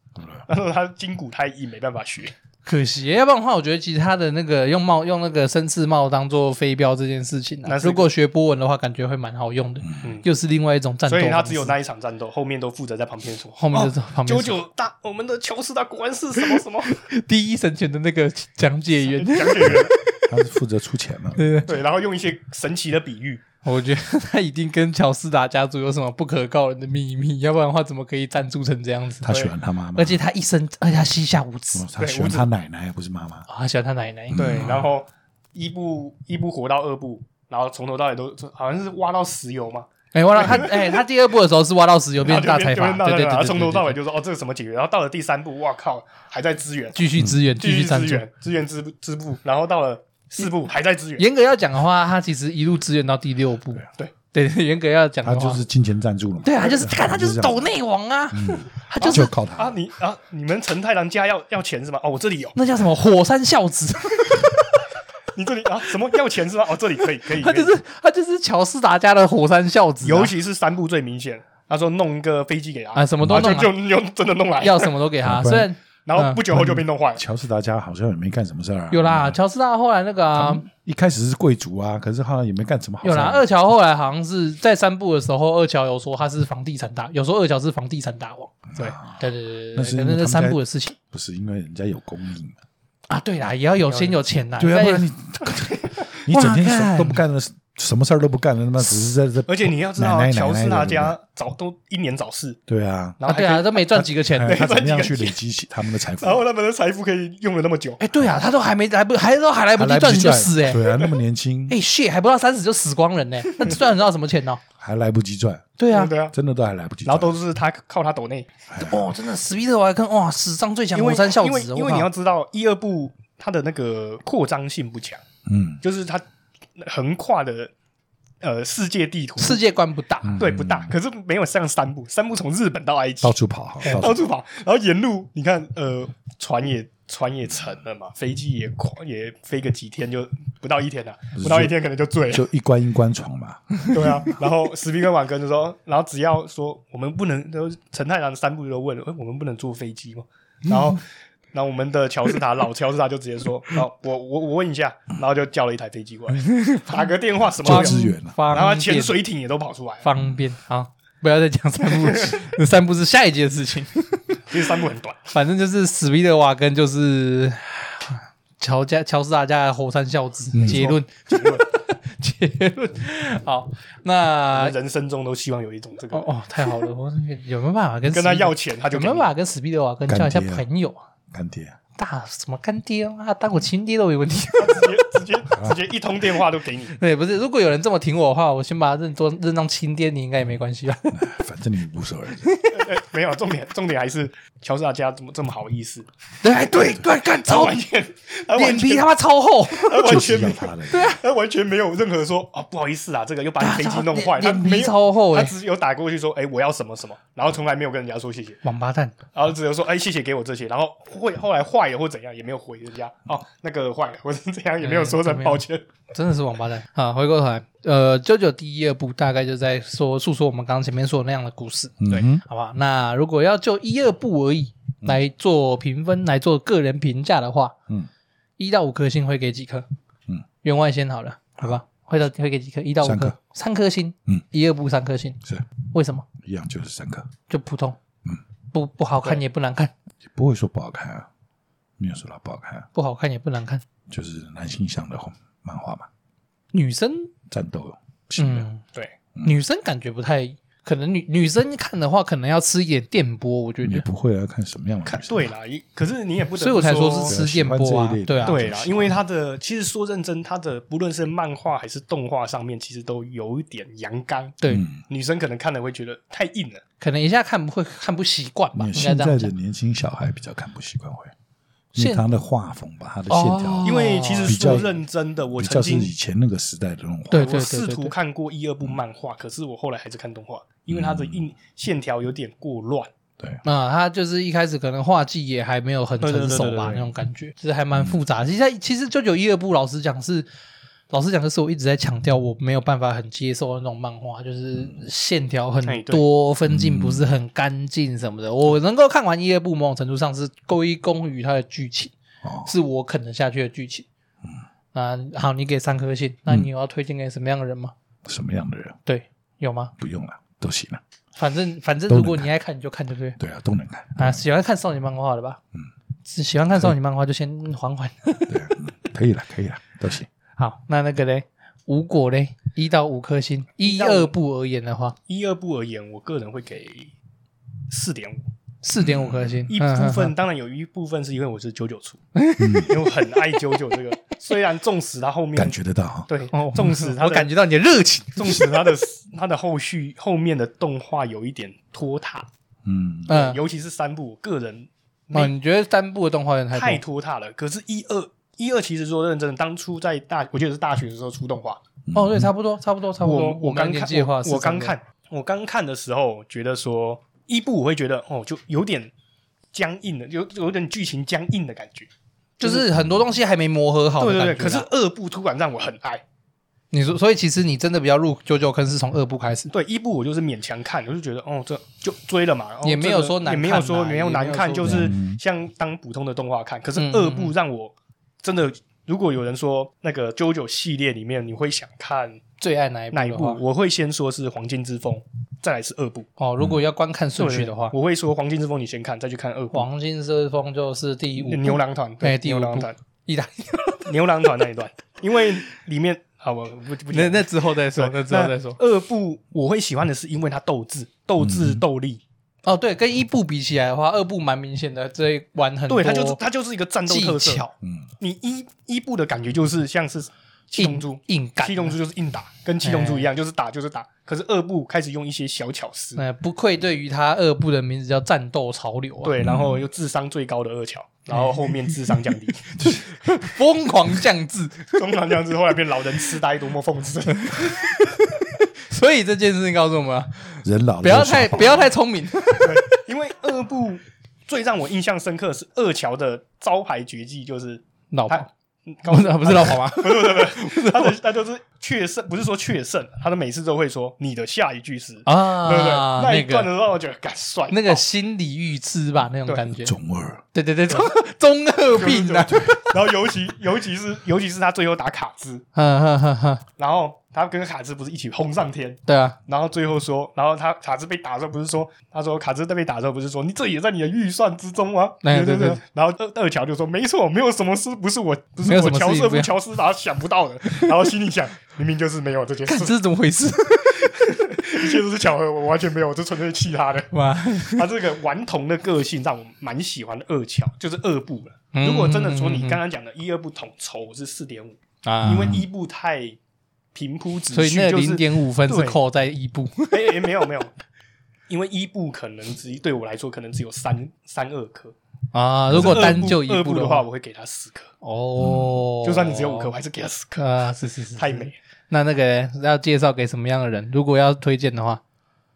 他说他筋骨太硬，没办法学。
可惜。要不然的话，我觉得其实他的那个用帽用那个绅士帽当做飞镖这件事情啊
那，是嗯
如果学波纹的话，感觉会蛮好用的，又是另外一种战斗
所
方式。
以他只有那哦一场战斗，后面都负责在旁边 说。
后面就是旁边
九
是
九大，我们的乔斯达果然是什 么什么
第一神拳的那个讲解 员，。
讲解员，
他是负责出钱嘛
对，
对，然后用一些神奇的比喻，
我觉得他一定跟乔斯达家族有什么不可告人的秘密，要不然的话怎么可以赞助成这样子？
他喜欢他妈妈，
而且他一生，而且他膝下无子
哦他喜欢他奶奶，不是妈妈。
啊，他喜欢他奶奶。
对，然后一部一部活到二部，然后从头到尾都好像是挖到石油嘛，
哎、挖到他，哎、他第二部的时候是挖到石油变
然后
成大
就
财
变就
阀，
变大
对对
财
对对
阀，然后
对，
从头到尾
对
就说哦，这个什么解决，然后到了第三部，哇靠，还在支援，
继续支援，
继续
赞
支
助。
援，支援支部支部，然后到了四部还在支援，
严格要讲的话，他其实一路支援到第六部。
对
对对，严格要讲的
他
话，
就是金钱赞助了嘛，
对啊，他就是看他就是
他就是嗯
抖内王啊， 他
就
就是
靠
啊
他。
你啊你们陈太郎家要要钱是吗？哦我这里有，
那叫什么火山孝子，
你这里啊什么要钱 是吗？哦这里可以可以，
他
可
就
以
是他就是乔斯达家的火山孝子啊、
尤其是三部最明显，他说弄一个飞机给他，
啊什么都
然后
弄
就就就真的弄来，
要嗯什么都 给他。
啊不
虽
然
然
然后不久后就被弄坏了。
乔治达家好像也没干什么事儿啊。
有啦，乔斯达后来那个啊，
一开始是贵族啊，可是好像也没干什么好事
有
儿
啦，
啊。
二乔后来好像是在三部的时候，二乔有说他是房地产大，有说二乔是房地产大王。对对对对对
啊那
对，
是
可
因
能
为他
是
们
三
在
部的事情
不是因为人家有供应啊，
啊。对啦，也要有先有钱啦。
对啊，
在
不 然你你整天什
哎哇干
么都不干了，什么事儿都不干了，他妈只是在这。
而且你要知道
奶
啊，
奶
乔斯达
奶奶的
家早都英年早逝，
对啊，
然
啊
后还
对
可以
啊，都没赚几个钱。
哎他怎么样
那
去累积起他们的财富？
然后他们的财富可以用了那么久，
哎，对啊，他都还没来不，还都还来不
还
及
来不
赚
及
你就死哎。
对啊，那么年轻
哎 shit，还不到三十就死光人 呢，那赚得到什么钱呢？
还来不及赚，
对啊，
对啊，
真的都还来不及赚。
然后都是他靠他抖内，
哦，真的，史密特我还看哇，史上最强
因为
火山孝
因为
子，
因为你要知道一二部它的那个扩张性不强，
嗯，
就是它横跨的呃世界地图
世界观不大，
嗯
对不大，可是没有像三部，三部从日本到埃及
到处跑，哈到
到
处
处跑，然后沿路你看呃船也。船也沉了嘛，飞机也狂也飞个几天就不到一天了、
是
不到一天可能就醉了。
就一关一关闯嘛。
对啊，然后史宾跟瓦根就说，然后只要说我们不能，都陈太郎三步都问了，诶我们不能坐飞机吗？然后，然后我们的乔斯塔老乔斯塔就直接说，然后我我我问一下，然后就叫了一台飞 机过来，打个电话什么
就
都
支
有，
援了，
方
然后
便
潜水艇也都跑出来了，
方便好，不要再讲三部曲，那三部是 下一季的事情。
其实三步很短，
反正就是史密特瓦根就是乔家乔斯达家的火山孝子。结论 结论 好，那
人生中都希望有一种这
哦
个，
哦太好了，我有没有办法跟
跟他
史密特
要钱他就
有
给
没
你
有办法跟史密特瓦根交一下
干爹啊
朋友啊？
干爹，
大什么干爹啊，当我亲爹都没问 题。
他直接直接
啊
直接一通电话都给你，
对，不是，如果有人这么挺我的话，我先把他认做认当亲爹，你应该也没关系吧？
反正你无所谓。
呃呃没有重点重点还是乔斯塔家怎么这么好意思，
对，哎对，对，干
他
超
完全他完
脸皮
全
他妈超厚，
他 完
就是
全没
要
有。
他的，
他完全没有任何说啊，不好意思啊，这个又把你飞机弄坏，他
脸脸
没
皮
有，
超厚
他
哎，
只有打过去说，哎、我要什么什么，然后从来没有跟人家说谢谢，
王八蛋！
然后只有说，哎、谢谢给我这些，然后会后来坏了或怎样也没有回人家，哦，那个坏了或者怎样也没有
哎
说声抱歉，
真的是王八蛋啊！回过头来，呃，舅舅第一、二部大概就在说诉说我们刚刚前面说的那样的故事，
对
嗯哼
好吧？那如果要就一、二部而已来做评分、来做个人评价的话，
嗯，
一到五颗星会给几颗？
嗯，
员外先好了，好吧？会到会给几颗？一到五
三
颗
颗，
三颗星。
嗯，
一、二部三颗星，
是
为什么？
一样，就是三个，
就普通，
嗯，
不不好看也不难看，
也不会说不好看啊，没有说它不好看啊，
不好看也不难看。
就是男性向的漫画嘛，
女生，
战斗型的，
嗯，
对，
女生感觉不太。可能女女生看的话，可能要吃一点电波，我觉
也
得。
不会啊，看什么样的女
看
生
对啦，一可是你也不得不，
所以我才说是
对啊
吃电波啊
喜欢这一类，的
对啊，
对啦，因为他的其实说认真，他的不论是漫画还是动画上面，其实都有一点阳刚，
对，
嗯，
女生可能看了会觉得太硬了，
可能一下看不会看不习惯吧，
你
应该
嗯现
这
在
样
的
讲。
年轻小孩比较看不习惯会，因为
现
他的画风吧，他的线条
哦
因为其实
比较
说认真的，我
比
曾
较是
经
以前那个时代的那种画，
对
我试图看过一二部漫画，可是我后来还是看动画，因为它
嗯
的印线条有点过乱。
对，
那啊他就是一开始可能画技也还没有很成熟
对对对对
吧，
对
那种感觉，就是还蛮复杂。其实其实九九一二部，老实讲是，老实讲就是我一直在强调，我没有办法很接受那种漫画，就是线条很
哎对
多，分镜不是很干净什么的。我能够看完一二部，某种程度上是归功于它的剧情，
哦，
是我啃得下去的剧情。啊，好，你给三颗星，那你有要推荐给什么样的人吗？
什么样的人
对，有吗？
不用了，都行了，
反正反正，
都能
如果你爱看，你就看，对不对？
对啊，都能看，
啊，喜欢看少女漫画的吧？嗯，喜欢看少女漫画就先缓缓。
对啊， 可以了，可以了，都行。
好，那那个嘞，无果嘞，一到五颗星，一
到五
二部而言的话，
一二部而言，我个人会给四点五。
四点五颗星，
一
嗯
部
嗯
分
嗯
当然有一部分是因为我是九 九出，因为我很爱九九这个。虽然纵使它后面
感觉得到哈，
对
哦，，
纵使它
我
的
感觉到你的热情，
纵使它的它的后续后面的动画有一点拖沓，
嗯，
嗯，
尤其是三部，我个人
哦，你觉得三部的动画有点
太
太多？
拖沓了。可是，一二一二其实说认真的，当初在大我记得是大学的时候出动画，
哦，
嗯
对，差不多，差不多，差不多。
我
我
刚
年
看
纪的话，
我，我刚，看，我刚看的时候觉得说，一部我会觉得哦，就有点僵硬的，有有点剧情僵硬的感觉。
就是很多东西还没磨合好
对
的
对
感觉啊
对，
啦。
可是二部突然让我很爱，
你说，所以其实你真的比较入九九坑是从二部开始，
对，一部我就是勉强看，我就觉得哦，这就追了嘛，然后
也没有
这个
说难
也
看
没有说
呐
没
也
有
没
难
有
看，
说
就是
嗯
像当普通的动画看。可是
嗯
二部让我真的，如果有人说那个 JoJo 系列里面你会想看
最爱哪一部
哪一
的
部
话，
我会先说是《黄金之风》，再来是二部
哦，如果要观看顺序的话，
我会说《黄金之风》你先看，再去看二部。
黄金之风就是第五部
牛郎团，对
哎，第
牛
五
郎
部
团，
意大利，
牛郎团那一段，因为里面好我不不
那 那之后再说，那
对
之后再说。
那二部我会喜欢的是因为它斗智、斗智斗力，
哦，对，跟一部比起来的话，二部蛮明显的，这一玩很多
对，它就是它就是一个战斗
技
特色。
巧、
嗯，
你一一部的感觉就是像是七龙珠
硬，哎硬干
七。龙珠就是硬打，跟七龙珠一样，就是打就是打。可是二部开始用一些小巧思，
呃，不愧对于他二部的名字叫战斗潮流啊，，
对，然后又智商最高的二乔，然
哎
后后面智商降 低，
疯狂降智。
通常这样子，后来变老人痴呆，多么讽刺！
所以这件事情告诉我们啊，
人哦老了
不要
就耍
太
宝
不要太 聪明。
因为二部最让我印象深刻的是二乔的招牌绝技，就是
老啊
他
婆，
嗯
不是不是老婆 吗？
不是不是不是，他的他就是确胜，不是说确胜，他的每次都会说你的下一句是，对不对？
啊，
那一
那
段
个
的让我觉得干帅爆，
那个心理预知吧，那种
对
感觉。
中二，
哦对对对，中中二
就是
病啊，
这种然后尤其尤其是尤其是他最后打卡兹，
嗯哼哼哼，
然后他跟卡兹不是一起轰上天，
对啊，
然后最后说，然后他卡兹被打的时候不是说，他说卡兹被打的时候不是说你这也在你的预算之中吗？
哎对
对对。然后二二乔就说没错，没有什么事不是我不是
没有
我
什么事
乔
情
瑟
不
夫
要
乔斯达想不到的，然后心里想明明就是没有这件
看
事
这，是怎么回事？
一切都是巧合，我完全没有，我就纯粹气他的。
哇，
他这个顽童的个性让我蛮喜欢的二乔，就是二部了。
嗯
如果真的说你刚刚讲的一二部统筹我是四点五，
啊
因为一部太平铺直
所以
叙，
那
就
零
是
点五分是
对
扣在一部，
哎、哎没有没有，因为一部可能只对我来说可能只有三三二颗，
啊，如果单就
就
一
二
部
部的
话，
我会给他十颗，
哦，
就算你只有五颗，我还是给他十颗，
啊，是是是，
太美。了。
那那个要介绍给什么样的人？如果要推荐的话，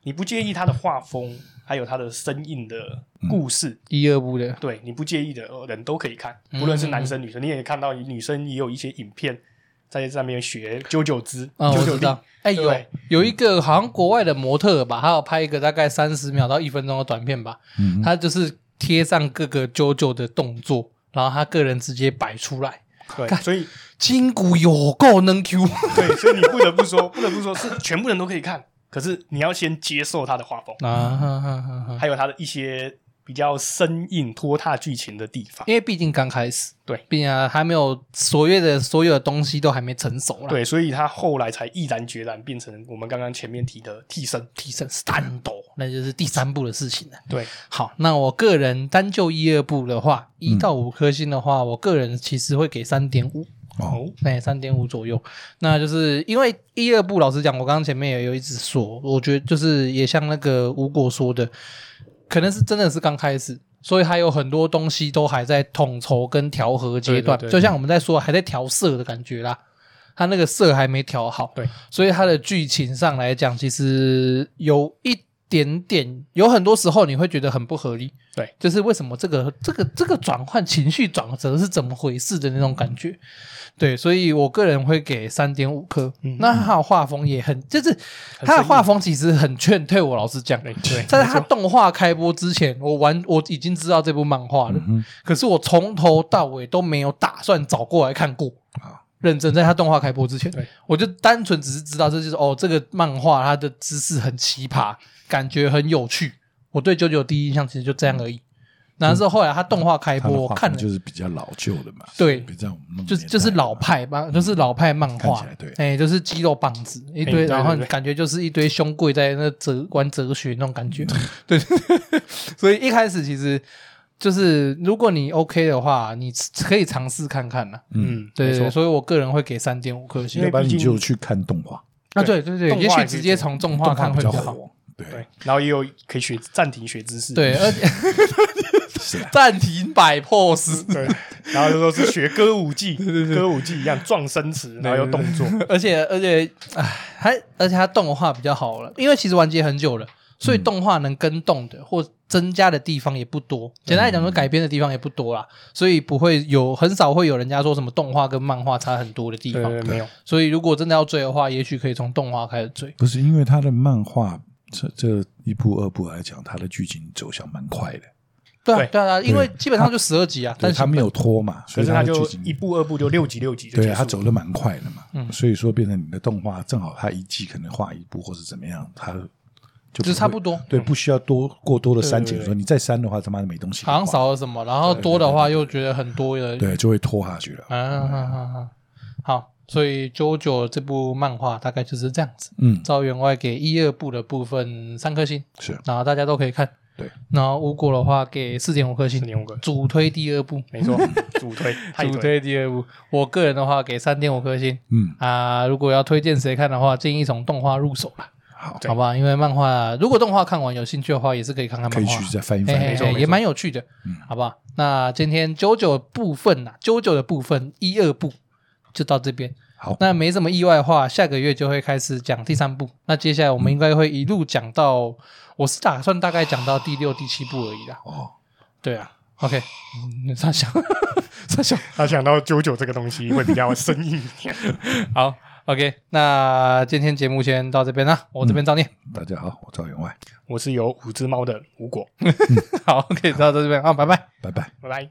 你不介意他的画风，还有他的生硬的故事，
一二部的，
对你不介意的呃人都可以看，
嗯
不论是男生女生，你也看到女生也有一些影片在上面学九九姿、
嗯，
九
我
九
知
力。
道。哎，有
对
有一个好像国外的模特吧，他有拍一个大概三十秒到一分钟的短片吧，
嗯
他就是贴上各个 JoJo 的动作，然后他个人直接摆出来，
对，所以
筋骨有够能 Q，
对，所以你不得不说，不得不说是全部人都可以看，可是你要先接受他的画风，
啊哈哈哈哈，
还有他的一些比较生硬、拖沓剧情的地方。
因为毕竟刚开始，
对，
毕竟啊还没有所谓的所有的东西都还没成熟啦，，
对，所以他后来才毅然决然变成我们刚刚前面提的替身。
提升 stand，那就是第三步的事情了。
对，
好，那我个人单就一二部的话，
嗯
一到五颗星的话，我个人其实会给三点五，
哦，
哎，三点五左右。那就是因为一二部，老实讲，我刚刚前面也有一直说，我觉得就是也像那个吴果说的，可能是真的是刚开始。所以还有很多东西都还在统筹跟调和阶段，
对对对
就像我们在说还在调色的感觉啦，它那个色还没调好，
对，
所以它的剧情上来讲，其实有一点点，有很多时候你会觉得很不合理，
对，
就是为什么这个这个这个转换情绪转折是怎么回事的那种感觉，对，所以我个人会给三点五颗。
嗯
那它的画风也很，就是它的画风其实很劝退我，老实讲，
对对，
在它动画开播之前，我玩我已经知道这部漫画
嗯
嗯
了，嗯可是我从头到尾都没有打算找过来看过。
啊
认真，在它动画开播之前
对，
我就单纯只是知道这就是哦，这个漫画它的知识很奇葩，感觉很有趣。我对九九第一印象其实就这样而已。然后是后来它动画开
嗯他
播，
的
我
画
看
风
了
就是比较老旧的嘛，
对
比较我们那种
就
年代
就是
的
老
嘛，
派漫，就是老派漫
看
画
起来对，
哎、就是肌肉棒子一
对
堆，然后
对对
感觉就是一堆兄贵在那哲玩哲学那种感觉， 对， 所以一开始其实就是如果你 OK 的话，你可以尝试看看啦。
嗯，
对对
没
对，
错，
所以我个人会给三点五颗星
因为
要不然
毕
你
竟
就去看动画，
啊，对对对，
动画
也
也可
许
以
直接从动画看
比
会
较
比较好。
火，
对
对，，
然后也有可以学暂停学知识，
对，而 且
是啊
暂停摆 pose，
对，然后就说是学歌舞 技，歌舞技一样撞生词，然后又动作，
而且而且，哎，还而且它动画比较好了，因为其实完结很久了，所以动画能跟动的或增加的地方也不多。简单来讲，说改编的地方也不多啦，所以不会有很少会有人家说什么动画跟漫画差很多的地
对
方。
没有，
所以如果真的要追的话，也许可以从动画开始追。
不是因为他的漫画这这一部二部来讲，他的剧情走向蛮快的，
对啊
对
对啊，对啊因为基本上就十二集啊，
但
但
是他没有拖嘛，所
可
以
是
他
他
的剧
就
情
一步二步就六集六集就
对
结
啊，他
束
走
了。
的蛮快的嘛，
嗯
所以说变成你的动画正好他一季可能画一部或是怎么样，他就
就是
会
差不多
对，不需要多过多的删
对
减，
对
说你再删的话他妈的没东西，
好像，少了什么，然后多的话又觉得很多的。
对，就会拖下去了。
啊，哈哈哈。好，所以《JoJo》这部漫画大概就是这样子。
嗯，
赵员外给一二部的部分三颗星，
是
然后大家都可以看。
对，
然后无果的话给四点五颗星，
4.5颗
主推第二部，
没 错，主推，太
主
对了，
推第二部。我个人的话给三点五颗星
嗯，
啊、如果要推荐谁看的话，建议从动画入手吧，
好，
好吧？因为漫画如果动画看完有兴趣的话，也是可以看看
可
漫
以
画
去。再翻一
嘿
翻，
嘿
没错
嘿
没错
也蛮有趣的，好不好？那今天九九部分呐、啊，九九的部分一二部就到这边。
好，
那没什么意外的话，下个月就会开始讲第三部。那接下来我们应该会一路讲到，我是打算大概讲到第六、第七部而已啦。
哦，
对啊，OK，嗯，上小，上小，
他想到九九这个东西会比较生硬一点。
好，OK，那今天节目先到这边啦，我这边照念。
大家好，我赵员外，
我是有五只猫的吴果，
好，OK，到这边啊，拜拜。
拜拜。
拜拜。